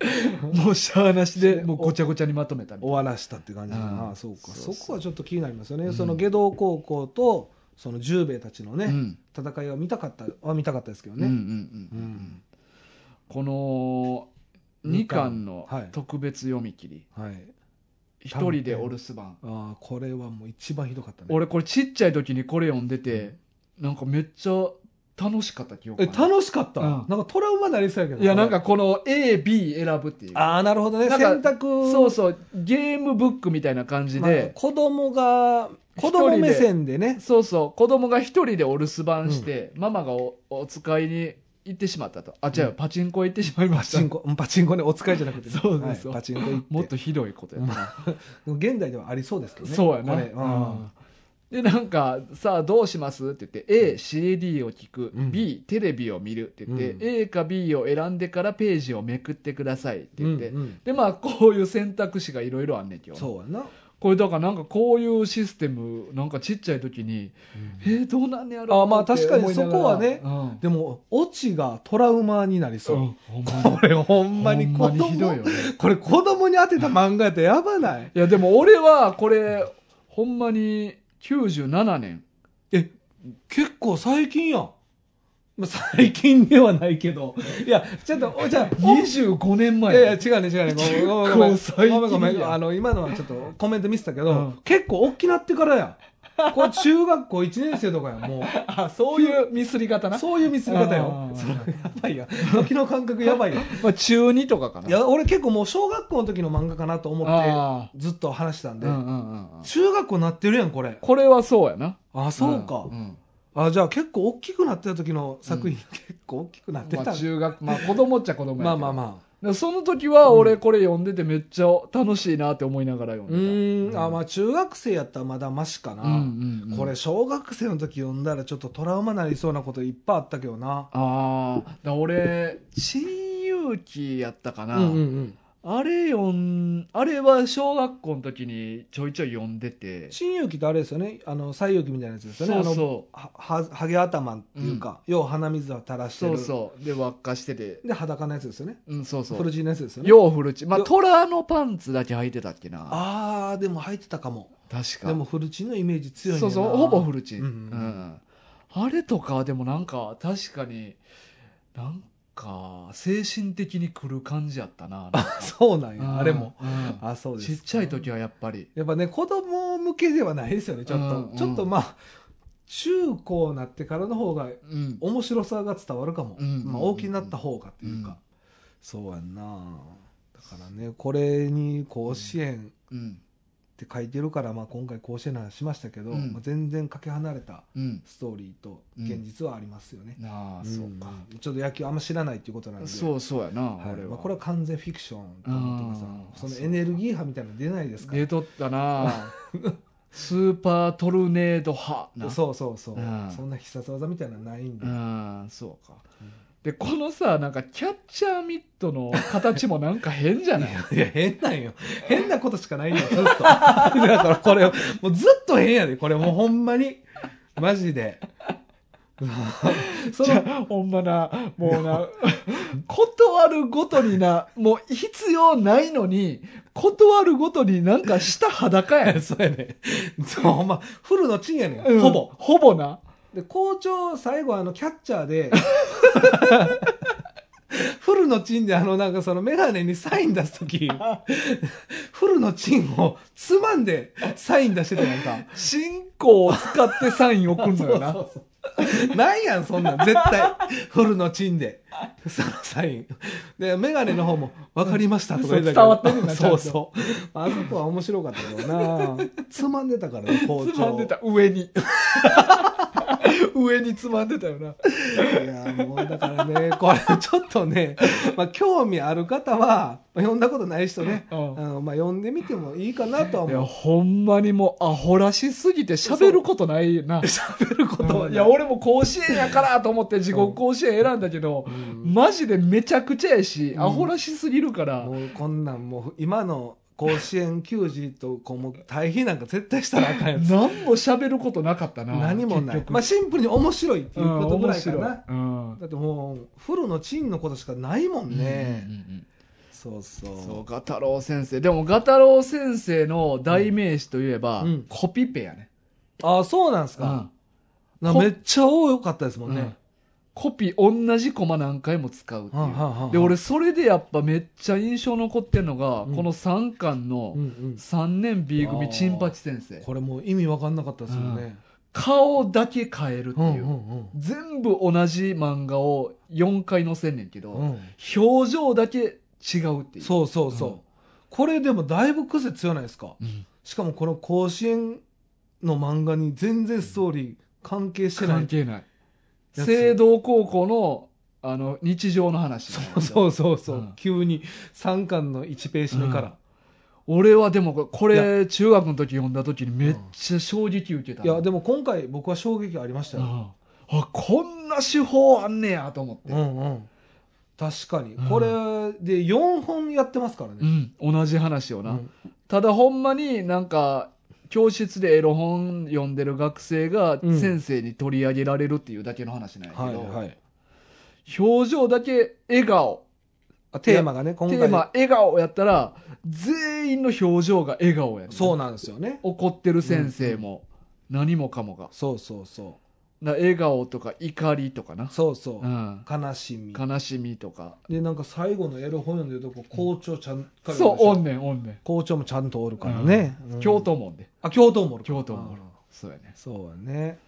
もうしゃあなしでもうごちゃごちゃにまとめたみたい終わらしたって感じかな、うんそうかそそうそうこはちょっと気になりますよね、うんその下道高校とその十兵衛たちのね、な、うん戦いは見たかったは見たかったですけどうんうんうね、んうんこの2巻のはい特別読み切り、はい一人でお留守番ああこれはもう一番ひどかったね俺これちっちゃい時にこれ読んでてなんかめっちゃ楽しかった記憶えある楽しかった、うんなんかトラウマになりそうやけどいやなんこかこの AB 選ぶっていうれああなるほどねなんか選択そうそうゲームブックみたいな感じまあで、子供が子供目線でねそうそう子供が一人でお留守番して、ママがおお使いに行ってしまったとあ違う、うんパチンコ行ってしまいまパしたチンコうんパチンコねお使いじゃなくて、そうですはいパチンコ行ってもっとひどいことやな、現代ではありそうです けどねそうやな、これうんうんでなんか「さあどうします?」って言って ACD を聞く、うん B テレビを見るって言って、うん A か B を選んでからページをめくってくださいって言って、うんうんでまあこういう選択肢がいろいろあんねんけどそうやな、これだからなんかこういうシステムなんかちっちゃい時にえー、どうなんねやろあまあって確かに思いながらそこはねうんでもオチがトラウマになりそう、うんほんまにこれほんまにほ子んまにひど供いよねこれ子供に当てた漫画やったらやばないいやでも俺はこれほんまに97年え結構最近やん、まあ、最近ではないけどいやちょっとおじゃあ25年お前いやいや違うね違うねごめんごめんごめん結構最近やごめんごめんあの今のはちょっとコメント見せたけど、うん結構大きなってからやこれ中学校1年生とかやんも あ、そういうミスり方うな。そういうミスり方あよーそれやばいや時の感覚やばいよまあ、中二とかかな。いや俺結構もう小学校の時の漫画かなと思ってあずっと話してたんーで、うんうんうんうん。中学校なってるやんこれこれはそうやな。あそうか、んんあじゃあ結構大きくなってた時の作品、結構大きくなってたまんだあ、中学、まあ、子供っちゃ子供やけどまあまあまあでその時は俺これ読んでてめっちゃ楽しいなって思いながら読うんでーんあまあ中学生やったらまだマシかな、た。うんうんうんこれ小学生の時読んだらちょっとトラウマなりそうなこといっぱいあったけどなああ、だから俺、珍遊記やったかな。うんうんうんあれ読ん、あれは小学校の時にちょいちょい読んでて。新勇気ってあれですよねあの西遊記みたいなやつですよねそうあのそははハゲ頭っていうか、要は鼻水を垂らう。してそるうそう。で、輪っかしてて。で裸のやつですよねうん、そうそフルう。ジーのやつですよねようフルチ。まあ、よ虎のパンツだけ履いてたっけな。ああでも入ってたかも確か。でもフルチンのイメージ強いねんそうなそう、ほぼフルチン。うんうんあれとか、でもなんか、確かに、なんか、精神的に来る感じやったな。そうなんうんやあれも、うんあそうですちっちゃい時はやっぱり。やっぱね子供向けではないですよねちょっと、うんうんちょっとまあ中高なってからの方がうん。面白さが伝わるかも、うんうんうんまあ、大きになった方がっていうか、うんそうやんなだからねこれに甲子園うん。って書いてるから、まあ、今回甲子園の話しましたけど、うんまあ、全然かけ離れたうん。ストーリーと現実はありますよね、なあ、んそうか。ちょっと野球あんま知らないっていうことなんでそうそうやな、はい俺は。まあ、これは完全フィクションと思ってまあーすそのエネルギー派みたいなの出ないですか出とった なスーパートルネード派ならそうそうそう、うんそんな必殺技みたいなのないんで、うんそうか、でこのさなんかキャッチャーミットの形もなんか変じゃないいや変なんよ変なことしかないんだよずっと だからこれもうずっと変やでこれもうほんまにマ ジでそじのゃあほんまなもうな断るごとになもう必要ないのに断るごとになんか下裸やん、 そうやねそうほんまフルのチンやねん、うんほぼほぼなで校長最後あのキャッチャーで フルのチンであのなんかそのメガネにサイン出す時フルのチンをつまんでサイン出してたやんか進行を使ってサイン送るのよな そうそうそうなんやん、そんなん。絶対。フルのチンで。そのサイン。で、メガネの方も、わかりましたとか言ってたけどそう伝わってるんだちゃんとそうそう。あそこは面白かったけどなつまんでたからね、校長。つまんでた上 に上につまんでたよないや、もうだからね、これちょっとね、まあ、興味ある方は、まあ読んだことない人ね、あうんのまあ、読んでみてもいいかなとはいや、思う。ほんまにもう、アホらしすぎて喋ることないな。喋ることはうん ねいや、俺も甲子園やからと思って地獄甲子園選んだけど、んマジでめちゃくちゃやし、んアホらしすぎるから、もうこんなんもう今の甲子園球児とこうもう対比なんか絶対したらあ かんやつ何も喋ることなかったな。何もない結、局まあ、シンプルに面白いっていううんことぐらいか面な、白いうんだってもうフルのチンのことしかないもんね、うんうんそうそうんうそう、ガタロウ先生。でも、ガタロウ先生の代名詞といえば、うんコピペやね。ああそうなんですか,、なこめっちゃ多かったですもんうんね、コピ、同じコマ何回も使うっていはあう。はあはあで俺それでやっぱめっちゃ印象残ってんのが、うんこの3巻うんのうん3年 B 組あーチンパチ先生これもう意味わかんなかったですもんね、顔だけ変えるってうん、いうう、ん全部同じ漫画を4回載せんねんけど、うんうん表情だけ違うっていうそうそうそう、うんこれでもだいぶ癖強ないですかうんしかもこの甲子園の漫画に全然ストーリー関係してない関係ないやつ聖堂高校のあの日常の話そうそうそうそう、うん急に3巻の1ページ目から、俺はでもこれ中学の時読んだ時にめっちゃ衝撃受けたいな、やでも今回僕は衝撃ありましたうよ、んあこんな手法あんねやと思ってうん、うん確かに、うんこれで4本やってますからうね、ん、同じ話よな、うんただほんまになんか教室でエロ本読んでる学生がうん先生に取り上げられるっていうだけの話なんやけはいど、はい表情だけ笑顔あテーマがね今テ回ーマ笑顔やったら全員の表情が笑顔やねんそうなんですよね怒ってる先生も何もかもがそうそうそな笑顔とか怒りとかなう、そうそう、うん、悲しみ悲しみとかでなんか最後のエロ本読んでるとこ校長ちゃんからそうおんねんおんねん校長もちゃんとおるからね、うん教頭もんであ教頭もおる教頭もおるあそうやね。そうやね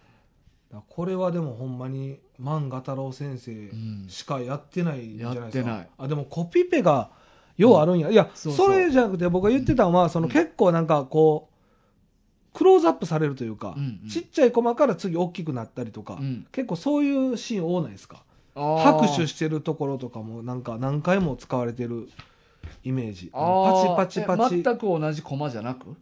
だからこれはでもほんまに万賀太郎先生うん。しかやってないんじゃないですか、やってないあでもコピペがようあるんや、いやそそうそうれじゃなくて僕が言ってたのはそのうん結構なんかこうクローズアップされるというか、うんうんちっちゃいコマから次大きくなったりとか、うん結構そういうシーン多ないですか拍拍手してるところとかもなんか何回も使われてるイメージあパチパチパーえチ全く同じコマじゃなく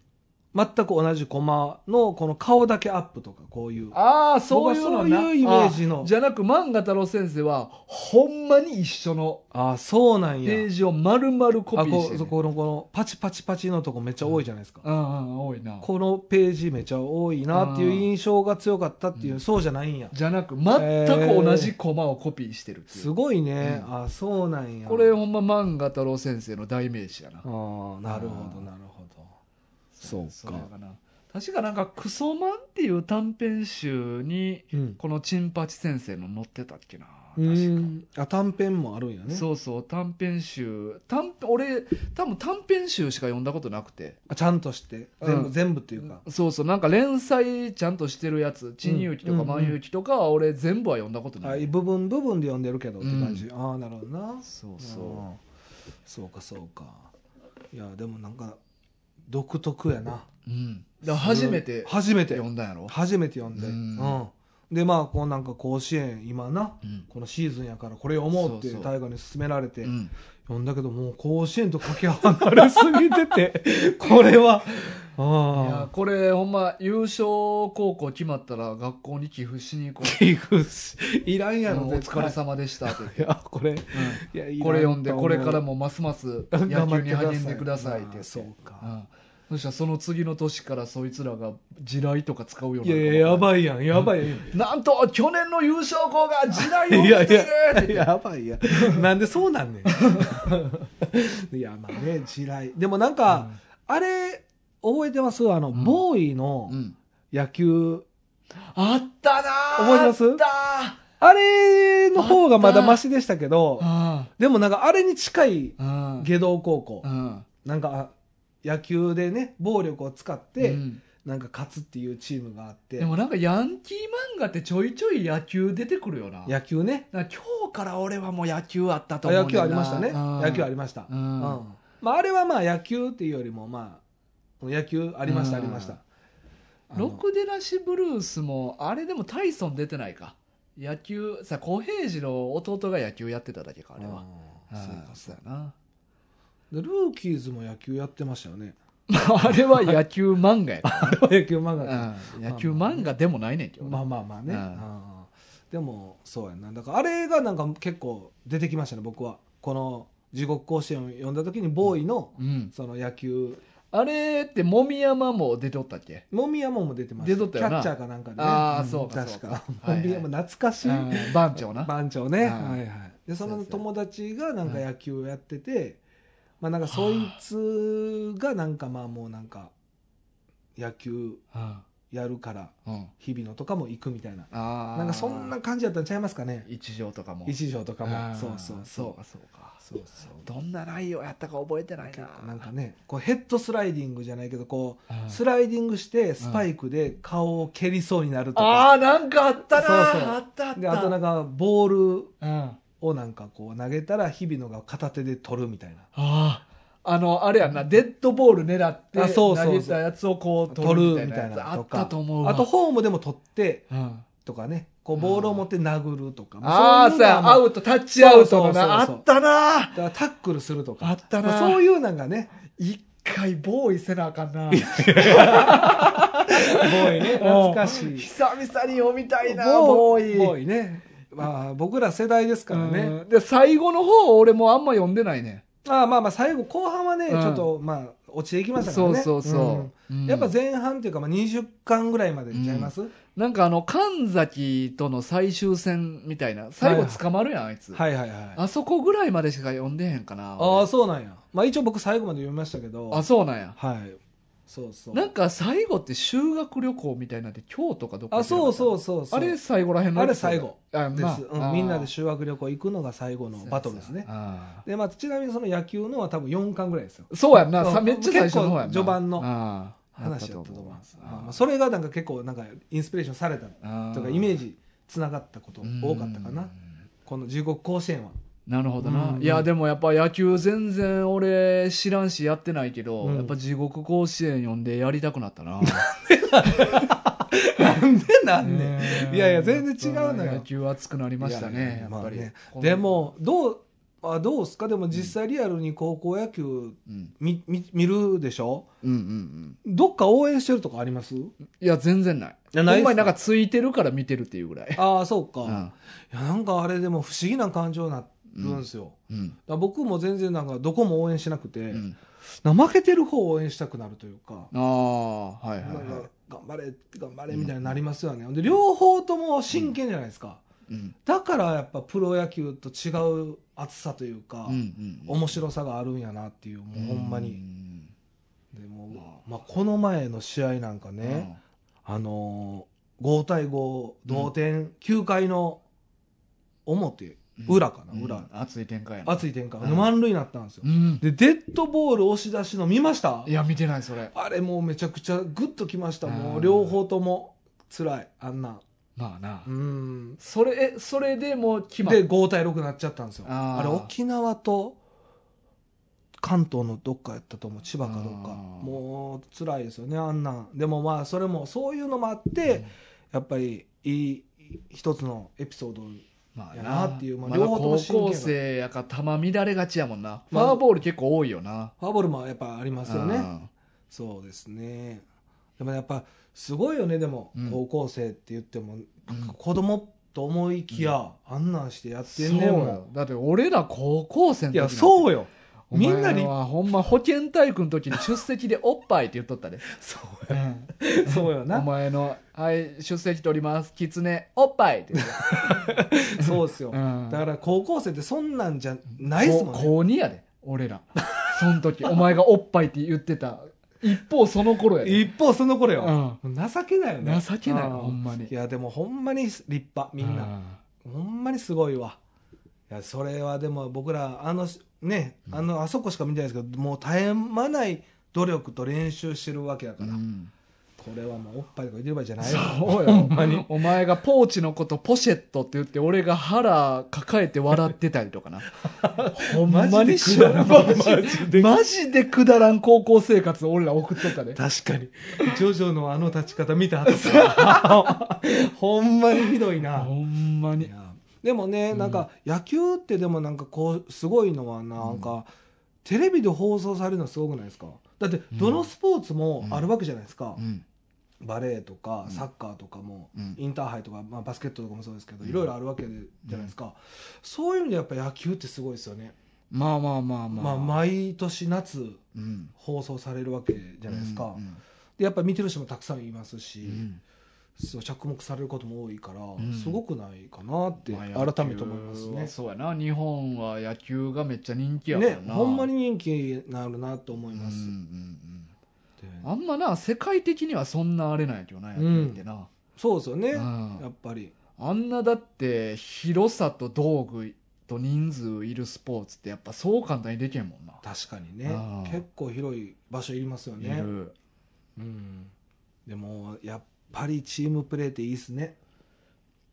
全く同じコマのこの顔だけアップとかこういうああそういうのな僕はそういうイメージのあじゃなく漫画太郎先生はほんまに一緒のああそうなんやページを丸々コあピーしてこる、そこのこのパチパチパチのとこめっちゃ多いじゃないですか、うんうん多いなこのページめちゃ多いなっていう印象が強かったっていう、うんそうじゃないんやじゃなく全く同じコマをコピーしてるっていうすごいね、うああそうなんやこれほんま漫画太郎先生の代名詞やなああなるほどなるほどそうれかやな確かなんか「クソマン」っていう短編集にうんこのチンパチ先生の載ってたっけなう確かんあ短編もあるんやねそうそう短編集短俺多分短編集しか読んだことなくてあちゃんとして全部、うん全部っていうかそうそうなんか連載ちゃんとしてるやつ「珍遊記」とうんか「うんうん万遊記」とかは俺全部は読んだことあない、部分部分で読んでるけどって感じ、ああなるほどなそううそんそうかそうかいやでもなんか独特やなう、うん、だから初めて初めて読んだんやろ、初めて読んで、ううんんでまあこうなんか甲子園今なうんこのシーズンやからこれ思うってそうそう大河に勧められてうん、読んだけどもう甲子園とかけ離れすぎてて これはいやああこれほんま優勝高校決まったら学校に寄付しに行こう寄付し いらんいややろお絶疲対れ様でしたっていやこれいや いらんと思うこれ読んでこれからもます ます野球に励んでくださいって言っまあてそううかんそしたらその次の年からそいつらが地雷とか使うよういになるかもやいややばいやんやばいや んなんと去年の優勝校が地雷を い起きやいているってや言ってやばいやなんでそうなんねん いやまあね地雷でもなんか、あれ覚えてますあの、んボーイのうん野球あったなー思い出すあったーあれの方がまだマシでしたけどあでもなんかあれに近いあ下道高校、うんなんかあ野球でね暴力を使って、うんなんか勝つっていうチームがあってでもなんかヤンキー漫画ってちょいちょい野球出てくるよな野球ねなんか今日から俺はもう野球あったとあ思う野球ありましたね野球ありりました、ううんんまあ、あれはまあ野球っていうよりもまあ野球ありましたありました、あのロクデラシブルースもあれでもタイソン出てないか野球さ小平次の弟が野球やってただけかあれはああーーそうかそうやなでルーキーズも野球やってました よねあれは野球漫画や か野球漫画でら、うん野球漫画でもないねんけどねまあまあまあね、うんあーでもそうやなだからあれがなんか結構出てきましたね僕はこの「地獄甲子園」を読んだ時にボーイのうん、その野球あれってもみ山も出ておったっけもみやもんも出てました出とったよなキャッチャーかなんかでねあーそうか確そうかかはいもはいみやもん懐かしい、うん番長な番長ね、ははいいはい、でそそうのですよ友達がなんか野球をやってて、まあなんかそいつがなんかまあもうなんか野球うんやるからうん日々野とかも行くみたいなあーなんかそんな感じやったんちゃいますかね一条とかも一条とかあもーそうそうそうかそそううかそうそうどんな内容やったか覚えてないななんかねこうヘッドスライディングじゃないけどこうんうスライディングしてスパイクで顔を蹴りそうになるとか、あーなんかあったなそうそうあったあったであとなんかボールうんをなんかこう投げたら日比野が片手で取るみたいなあああのあれやんなデッドボール狙ってあそうそうそう投げたやつをこう取取るるみみたたいいなやつなあとっかたと思うわあとホームでも取ってうんとかねこうボールを持って殴るとか、まああそそうういうのやがアウトタッチアウトのなあそうそうそっうそうたなだからタックルするとかあったなまあそういうなんかね一回ボーイせなあかんなボーイね懐か しい久々に読みたいなボーイボーイねまあ僕ら世代ですからねうんで最後の方俺もあんま読んでないねまあまあまあ最後後半はね、うんちょっとまあ落ちていきましたからそねうそうそうう、うんんやっぱ前半っていうかまあ20巻ぐらいまでいっちゃいます、なんかあの神崎との最終戦みたいな最後捕まるやんあいつ、はいはいはいああそこぐらいまでしか読んでへんかな俺あそうなんやまあ一応僕最後まで読みましたけどあそうなんやはいそうそうなんか最後って修学旅行みたいなんで京都かどっかあそうそううそうそうあれ最後らへんのあれ最後あ、です、まあうんあーみんなで修学旅行行くのが最後のバトルですねあーで、まあ、ちなみにその野球のは多分4巻ぐらいですよそうやんなさうんめっちゃ最初の方やんな結構序盤のあ話やったと思いますやったと思いますまあまあ、それがなんか結構なんかインスピレーションされたとかイメージつながったこと多かったかうんなこの中国甲子園は なるほどな、うんいやでもやっぱ野球全然俺知らんしやってないけど、うんやっぱ地獄甲子園読んでやりたくなった ななんでなんねんねいやいや全然違うのよ野球熱くなりましたいやいやいねややっまあぱり、ねこので、もどうあどうすかでも実際リアルに高校野球うん、見見見るでしょうんうんうんどっか応援してるとかありますいや全然ないやないっほすかんまになんかついてるから見てるっていうぐらい ああそうか、ういんやなんかあれでも不思議な感情になるんですよ、うんだから僕も全然なんかどこも応援しなくて、うんなんか負けてる方を応援したくなるというか、ああはいはいなんはか頑張れ頑張れみたいになりますよね、で両方とも真剣じゃないですか、いうんだからやっぱプロ野球と違う熱さというか、うんうん面白さがあるんやなっていうもうほんまうに、んでまも、まあ、この前の試合なんかね、あのー5対5同点、9回の表うん裏かな、うん裏、熱い展開やな熱い展開、うん満塁になったんですよ、うんでデッドボール押し出しの見ましたいや見てないそれあれもうめちゃくちゃグッときましたもあーう両方とも辛いあんなまあな、うんそれえそれでもう決まっで5対6になっちゃったんですよあーあれ沖縄と関東のどっかやったと思う千葉かどっかあーもう辛いですよねあんなんでもまあそれもそういうのもあって、やっぱりいい一つのエピソードまあやななっっててい、いううままああ両両方と方も高真剣やから校生やから球乱れがちやもんな、フまあァーボール結構多いよなファーボールもやっぱありますよね、うんそうですねでもやっぱすごいよねでも、うん高校生って言っても、ん子供と思いきや、あんなんしてやってそんうねんもよだって俺ら高校生のん時いやそううよみみんんななににほんま保健体育の時に出席でおっぱいって言っとったで、そううんよそうよおな前の「はい出席取りますキツネおっぱい」って言ってたそうですよ、うんだから高校生ってそんなんじゃないっすもんこね高2やで俺らその時お前がおっぱいって言ってた一方その頃やで一方その頃よ、情けないよね情けないうんほんまにいやでもほんまに立派みんな、ほんまにすごいわいやそれはでも僕らあのねあのあそこしか見てないですけどもう絶え間ない努力と練習してるわけだうから、んこれはもうおっぱいとか入れればいいじゃないそうよほんまに お前がポーチのことポシェットって言って俺が腹抱えて笑ってたりとかな ほんまにしょうもない マジでくだらん高校生活を俺ら送っとった で確かに ジョジョのあの立ち方見た後さ ほんまにひどいなほんまいにやでもねなんか野球ってでもなんかこうすごいのはなんか、テレビで放送されるのすごくないですかだってどのスポーツもあるわけじゃないですか、うんバレエとかうんサッカーとかも、うんインターハイとか、まあ、バスケットとかもそうですけど、うんいろいろあるわけじゃないですか、そういう意味でやっぱ野球ってすごいですよね、まあまあまあままああ、毎年夏うん放送されるわけじゃないですか、うんでやっぱ見てる人もたくさんいますし、うんそう着目されることも多いから、んすごくないかなってまあ改めて思います野球はね。そうやな日本は野球がめっちゃ人気やからねな、ほんまに人気になるなと思ういんうんうます。んであんまな世界的にはそんなあれなんやけどな野球ってな、そうですよね、うんやっぱり。あんなだって広さと道具と人数いるスポーツってやっぱそう簡単にできへんもんな。確かにねあー結構広い場所いりますよいね。る。うん、でもやっぱりチームプレーっていいっすね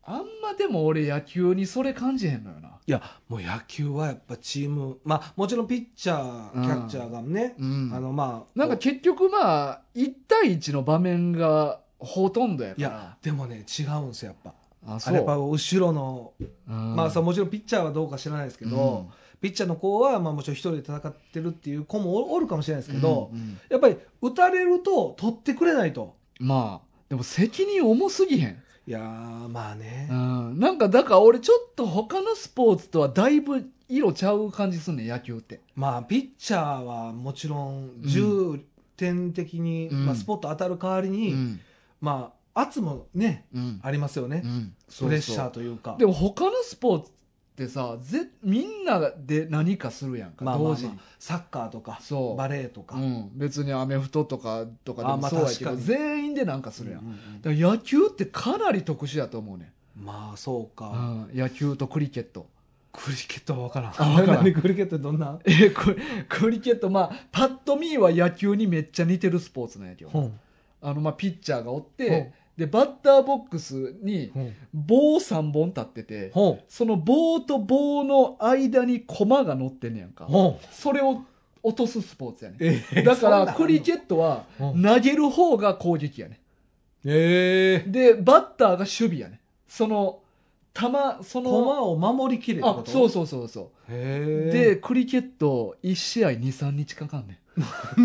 あんまでも俺野球にそれ感じへんのよな。いやもう野球はやっぱチームまあもちろんピッチャうんーキャッチャーがね、うん。あのまあなんか結局まあ1対1の場面がほとんどやかいやら。でもね違うんですよやっぱあ、あれやっぱ後ろの、うんまあさもちろんピッチャーはどうか知らないですけど、ピッチャーの子はまあもちろん一人で戦ってるっていう子もおおるかもしれないですうんけど、うんうんやっぱり打たれると取ってくれないとまあでも責任重すぎへん。いやーまあね、うん。なんかだから俺ちょっと他のスポーツとはだいぶ色ちゃう感じすんねん野球って。まあピッチャーはもちろん重点的に、うんまあ、スポット当たる代わりに、うん。まあ圧もねうん。ありますよね、うんプレッシャーというかでも他のスポーツってさぜみんなで何かするやんか、まあまあま同あ時にサッカーとかそうバレーとか、うん、別にアメフトとかとかであもまあそうやけど、確かに全員で何かすするるややん、んだから野球ってかなり特殊やと思うね、まあそううか、ん、野球とクリケットクリケットは分からん。あ分からん何クリケットどんなえこクリケットまあパッと見は野球にめっちゃ似てるスポーツなんやけど本。あのまあピッチャーがおってでバッターボックスに本。棒3本立ってて本。その棒と棒の間に駒が乗ってんねやんか本。それを落とすスポーツやねええだかそんらなんクリケットはうん投げる方が攻撃やねええ。でバッターが守備やねその球その駒を守りきれってあことそうそうそうそうへで、クリケット1試合23日かかんね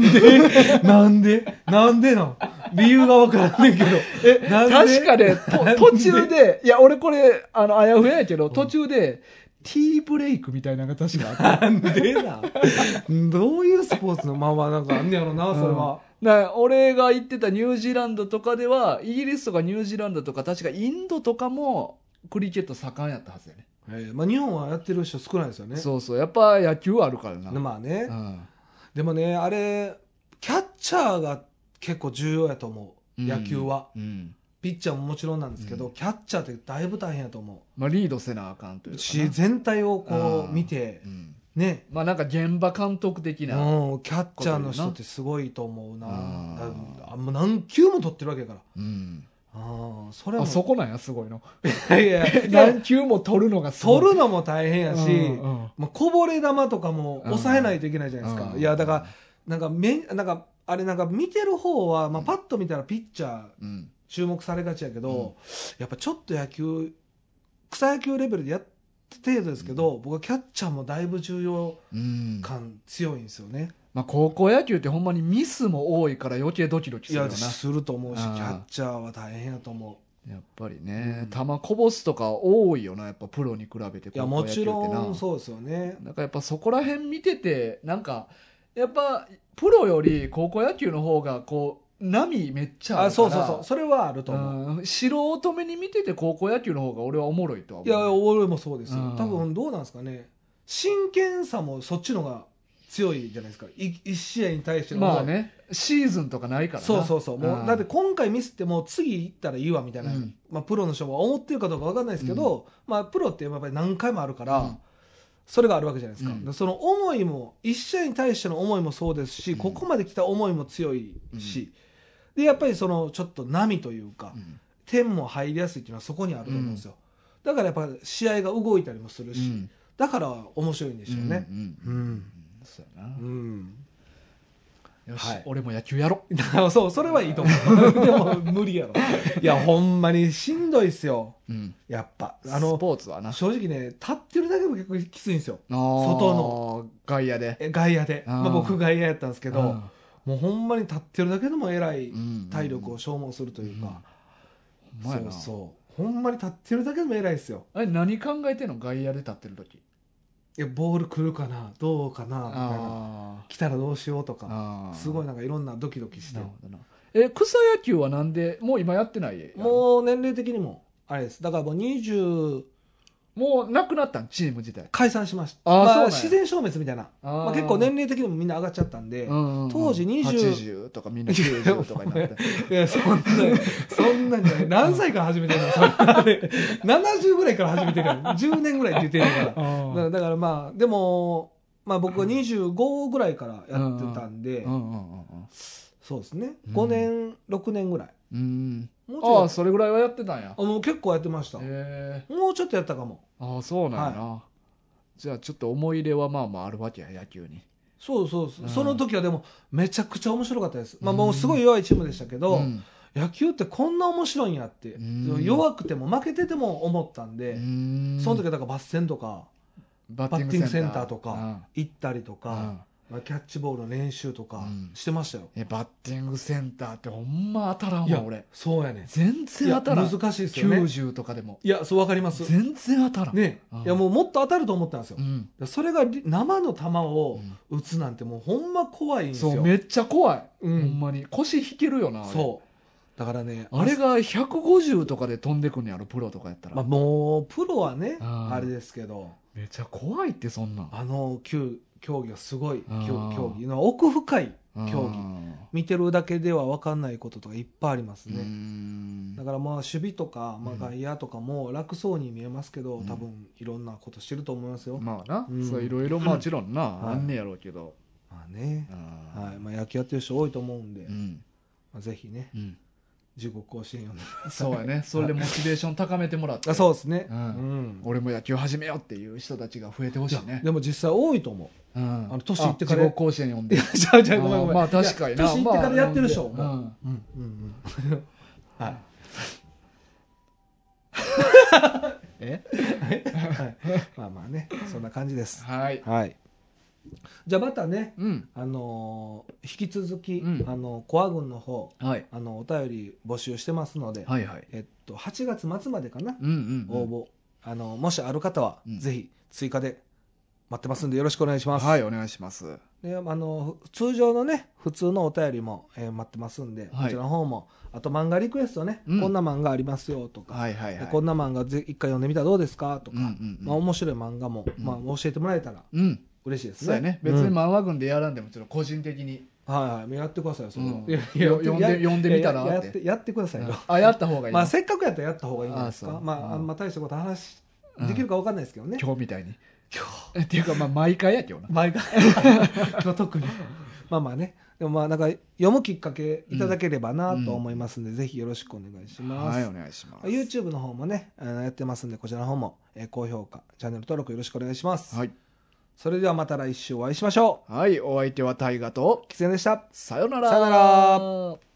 んえ。で、なんでなんでなん理由がわからんねんけど。えなんで確かねなんでと途中でいや俺これあのあやふややけど途中でティーブレイクみたいなのが確かあったなんでなんどういうスポーツのまあまあなんかあんねやろな、それは。な俺が行ってたニュージーランドとかではイギリスとかニュージーランドとか確かインドとかもクリケット盛んやったはずやねええまあ日本はやってる人少ないですよね。そうそうやっぱ野球あるからな、まあねう。んでもね、あれ、キャッチャーが結構重要やと思う。野球は。、うんピッチャーももちろんなんですけど、うキャッチャーってだいぶ大変やと思。まあ、リードせなあかんといううかし、全体をこあーう見てう、んね。まあなんか現場監督的うん、キな、ャッチャーの人ってすごいと思うな。あーだあもう何球も取ってるわけやから。うんああ、それはあもうそこなんやすごいのい やいや いや何球も取るのがすごい取るのも大変やし、うんうんまあ、こぼれ球とかも抑えないといけないじゃないですか。うんいや、だから、なんかめ、なんか、あれなんか見てる方は、まあ、パッと見たらピッチャーうん注目されがちやけど、うんやっぱちょっと野球、草野球レベルでやって程度ですけど、僕はキャッチャーもだいぶ重要うん感強いんですよね。まあ、高校野球ってほんまにミスも多いから余計ドキドキすいるよや、なすると思うし、キあーャッチャーは大変やと思やっぱりね、うん球こぼすとか多いよなやっぱプロに比べてう。い高や、校も野球ちってなろんそうですよね。なんかやっぱそこら辺見ててなんかやっぱプロより高校野球の方がこう波めっちゃああるからそうそうそう、それはあると思う。うん素人目に見てて高校野球の方が俺はおもろいとはいや思う俺もそうですよ、うん多分どうなんですかね真剣さもそっちのが強いじゃないですかい一試合に対してのまあねシーズンとかないからなそうそうそうもうだってん今回ミスってもう次行ったらいいわみたいな、うんまあ、プロの人は思ってるかどうか分かんないですけど、まあ、プロってやっぱり何回もあるから、うんそれがあるわけじゃないですか、うんでその思いも一試合に対しての思いもそうですし、うんここまで来た思いも強いし、でやっぱりそのちょっと波というか、うん点も入りやすいっていうのはそこにあると思うんですよ、だからやっぱ試合が動いたりもするし、うんだから面白いんでしょうね。うんううんん。そうやなうん。よし、はい俺も野球やろだから そう、それはいいと思う。で も、無理やろ。いや、ほんまにしんどいっすよ。う、うん、やっぱ。ああのスの、ポーツはな正直ね、立ってるだけでも結構きついんですよ。外の外野でえ外野で。あーまあ僕外野やったんですけけど、もうほんまに立ってるだけでもえらい体力をし消耗するというか。うんうんうんほんまやそうなそう。ほんまに立ってるだけでもえらいっすよ。あれ何考えてんの外野で立ってる時いや、ボール来るかなどうかなみたいな。あ来たらどうしようとーか。あすごいななんかいろんなドキドキしてなる。ほどなえ草野球はなんでもう今やってないやろもう年齢的にもあれですだからもう20もうなくなったんチーム自体解散しましたあーまそうなんや自然消滅みたいなあーまあ、結構年齢的にもみんな上がっちゃったんで、うんうんうん当時20 80とかみんな90とかになって いやそんなそんなんじゃない何歳から始めてるのそれあれ70ぐらいから始めてるやん10年ぐらいって言ってるからだからだからまあでも、まあ、僕は25ぐらいからやってたんで、うんうんうんうんそうですねうん5年、6年ぐらいうんもうちょあいあそれぐらいはやってたんやあもう結構やってました、へえもうちょっとやったかもああそうなんやなじゃあちょっと思い入れはまあまああるわけや野球にそうそうそう、うんその時はでもめちゃくちゃ面白かったです、まあ、うんもうすごい弱いチームでしたけど、うん野球ってこんな面白いんやって、うん弱くても負けてても思ったんで、うんその時はだからバッセンとかババッティングセンターとうんか行ったりとうんか、まあ、キャッチボールの練習とかうんしてましたよ、えバッティングセンターってほんま当たらんいやわ俺そうやね全い然や当たらん、難しいですよね90とかでもいやそうわかります全然当たらん、ねうんいやもうもっと当たると思ったんですよ、うだかんらそれがり生の球をうん打つなんてもうほんま怖いんですよそうめっちゃ怖い、うんほんまに腰引けるよなあれそうだからねあれが150とかで飛んでくんのやろプロとかやったら、まあ、もうプロはねうんあれですけどめちゃ怖いってそんなんあの球競技はすごういん競競技の奥深いうん競技見てるだけでは分かんないこととかいっぱいありますうーね、んだからまあ守備とか、まあ、うん外野とかも楽そうに見えますけど、うん多分いろんなことしてると思いますよ、まあな、うんそういろいろ もちろんな、はいあんねやろうけど、まあね、あーはいまあ、野球やってる人多いと思うんで、うんまあ、ぜひねうん、地獄甲子園呼んでそう やねそれでモチベーション高めてもらってあそうですね、うんうん俺も野球始めようっていう人たちが増えてほしいねでも実際多いと思ううんあの年いってからあ地獄甲子園呼んいでやじゃあじゃあごめんあごーめんまあ確かにいやな年いってからやってるでしょ、まあもううんうんうんうんはいえ はいまあまあねそんな感じですはいはいじゃあまたねうんあのー引き続き、うんあのコア軍の方はいあのお便り募集してますので、はいはいえっと8月末までかな、うんうんうん応募あのもしある方は、うんぜひ追加で待ってますんでよろしくお願いします、はいお願いしますであのふ通常のね普通のお便りも、えー待ってますんで、はいこちらの方もあと漫画リクエストね、うんこんな漫画ありますよとか、はいはいはいでこんな漫画ぜ一回読んでみたらどうですかとか、うんうんうんまあ、面白い漫画も、うんまあ、教えてもらえたらうん嬉しいですねそうやね別にうん漫画軍でやらんでもちょっと個人的にはいはいやってくださいよそれは、うんいやいよ呼んでや呼んでみたらいややってってやってくださいよ、あやった方がいいまあなせっかくやったらやった方がいいんじゃないですあかそうまあ、あうんんま大したこと話しできるか分かんないですけどね、今日みたいに今日っていうかまあ毎回やけどな毎回 今日特にまあまあねでもまあなんか読むきっかけいただければなと思いますんで、ぜひよろしくお願いします、はいお願いします YouTube の方もねあのやってますんでこちらの方もえー高評価チャンネル登録よろしくお願いします、はいそれではまた来週お会いしましょはいお相手は大河とうきつねでしたさよならさよなら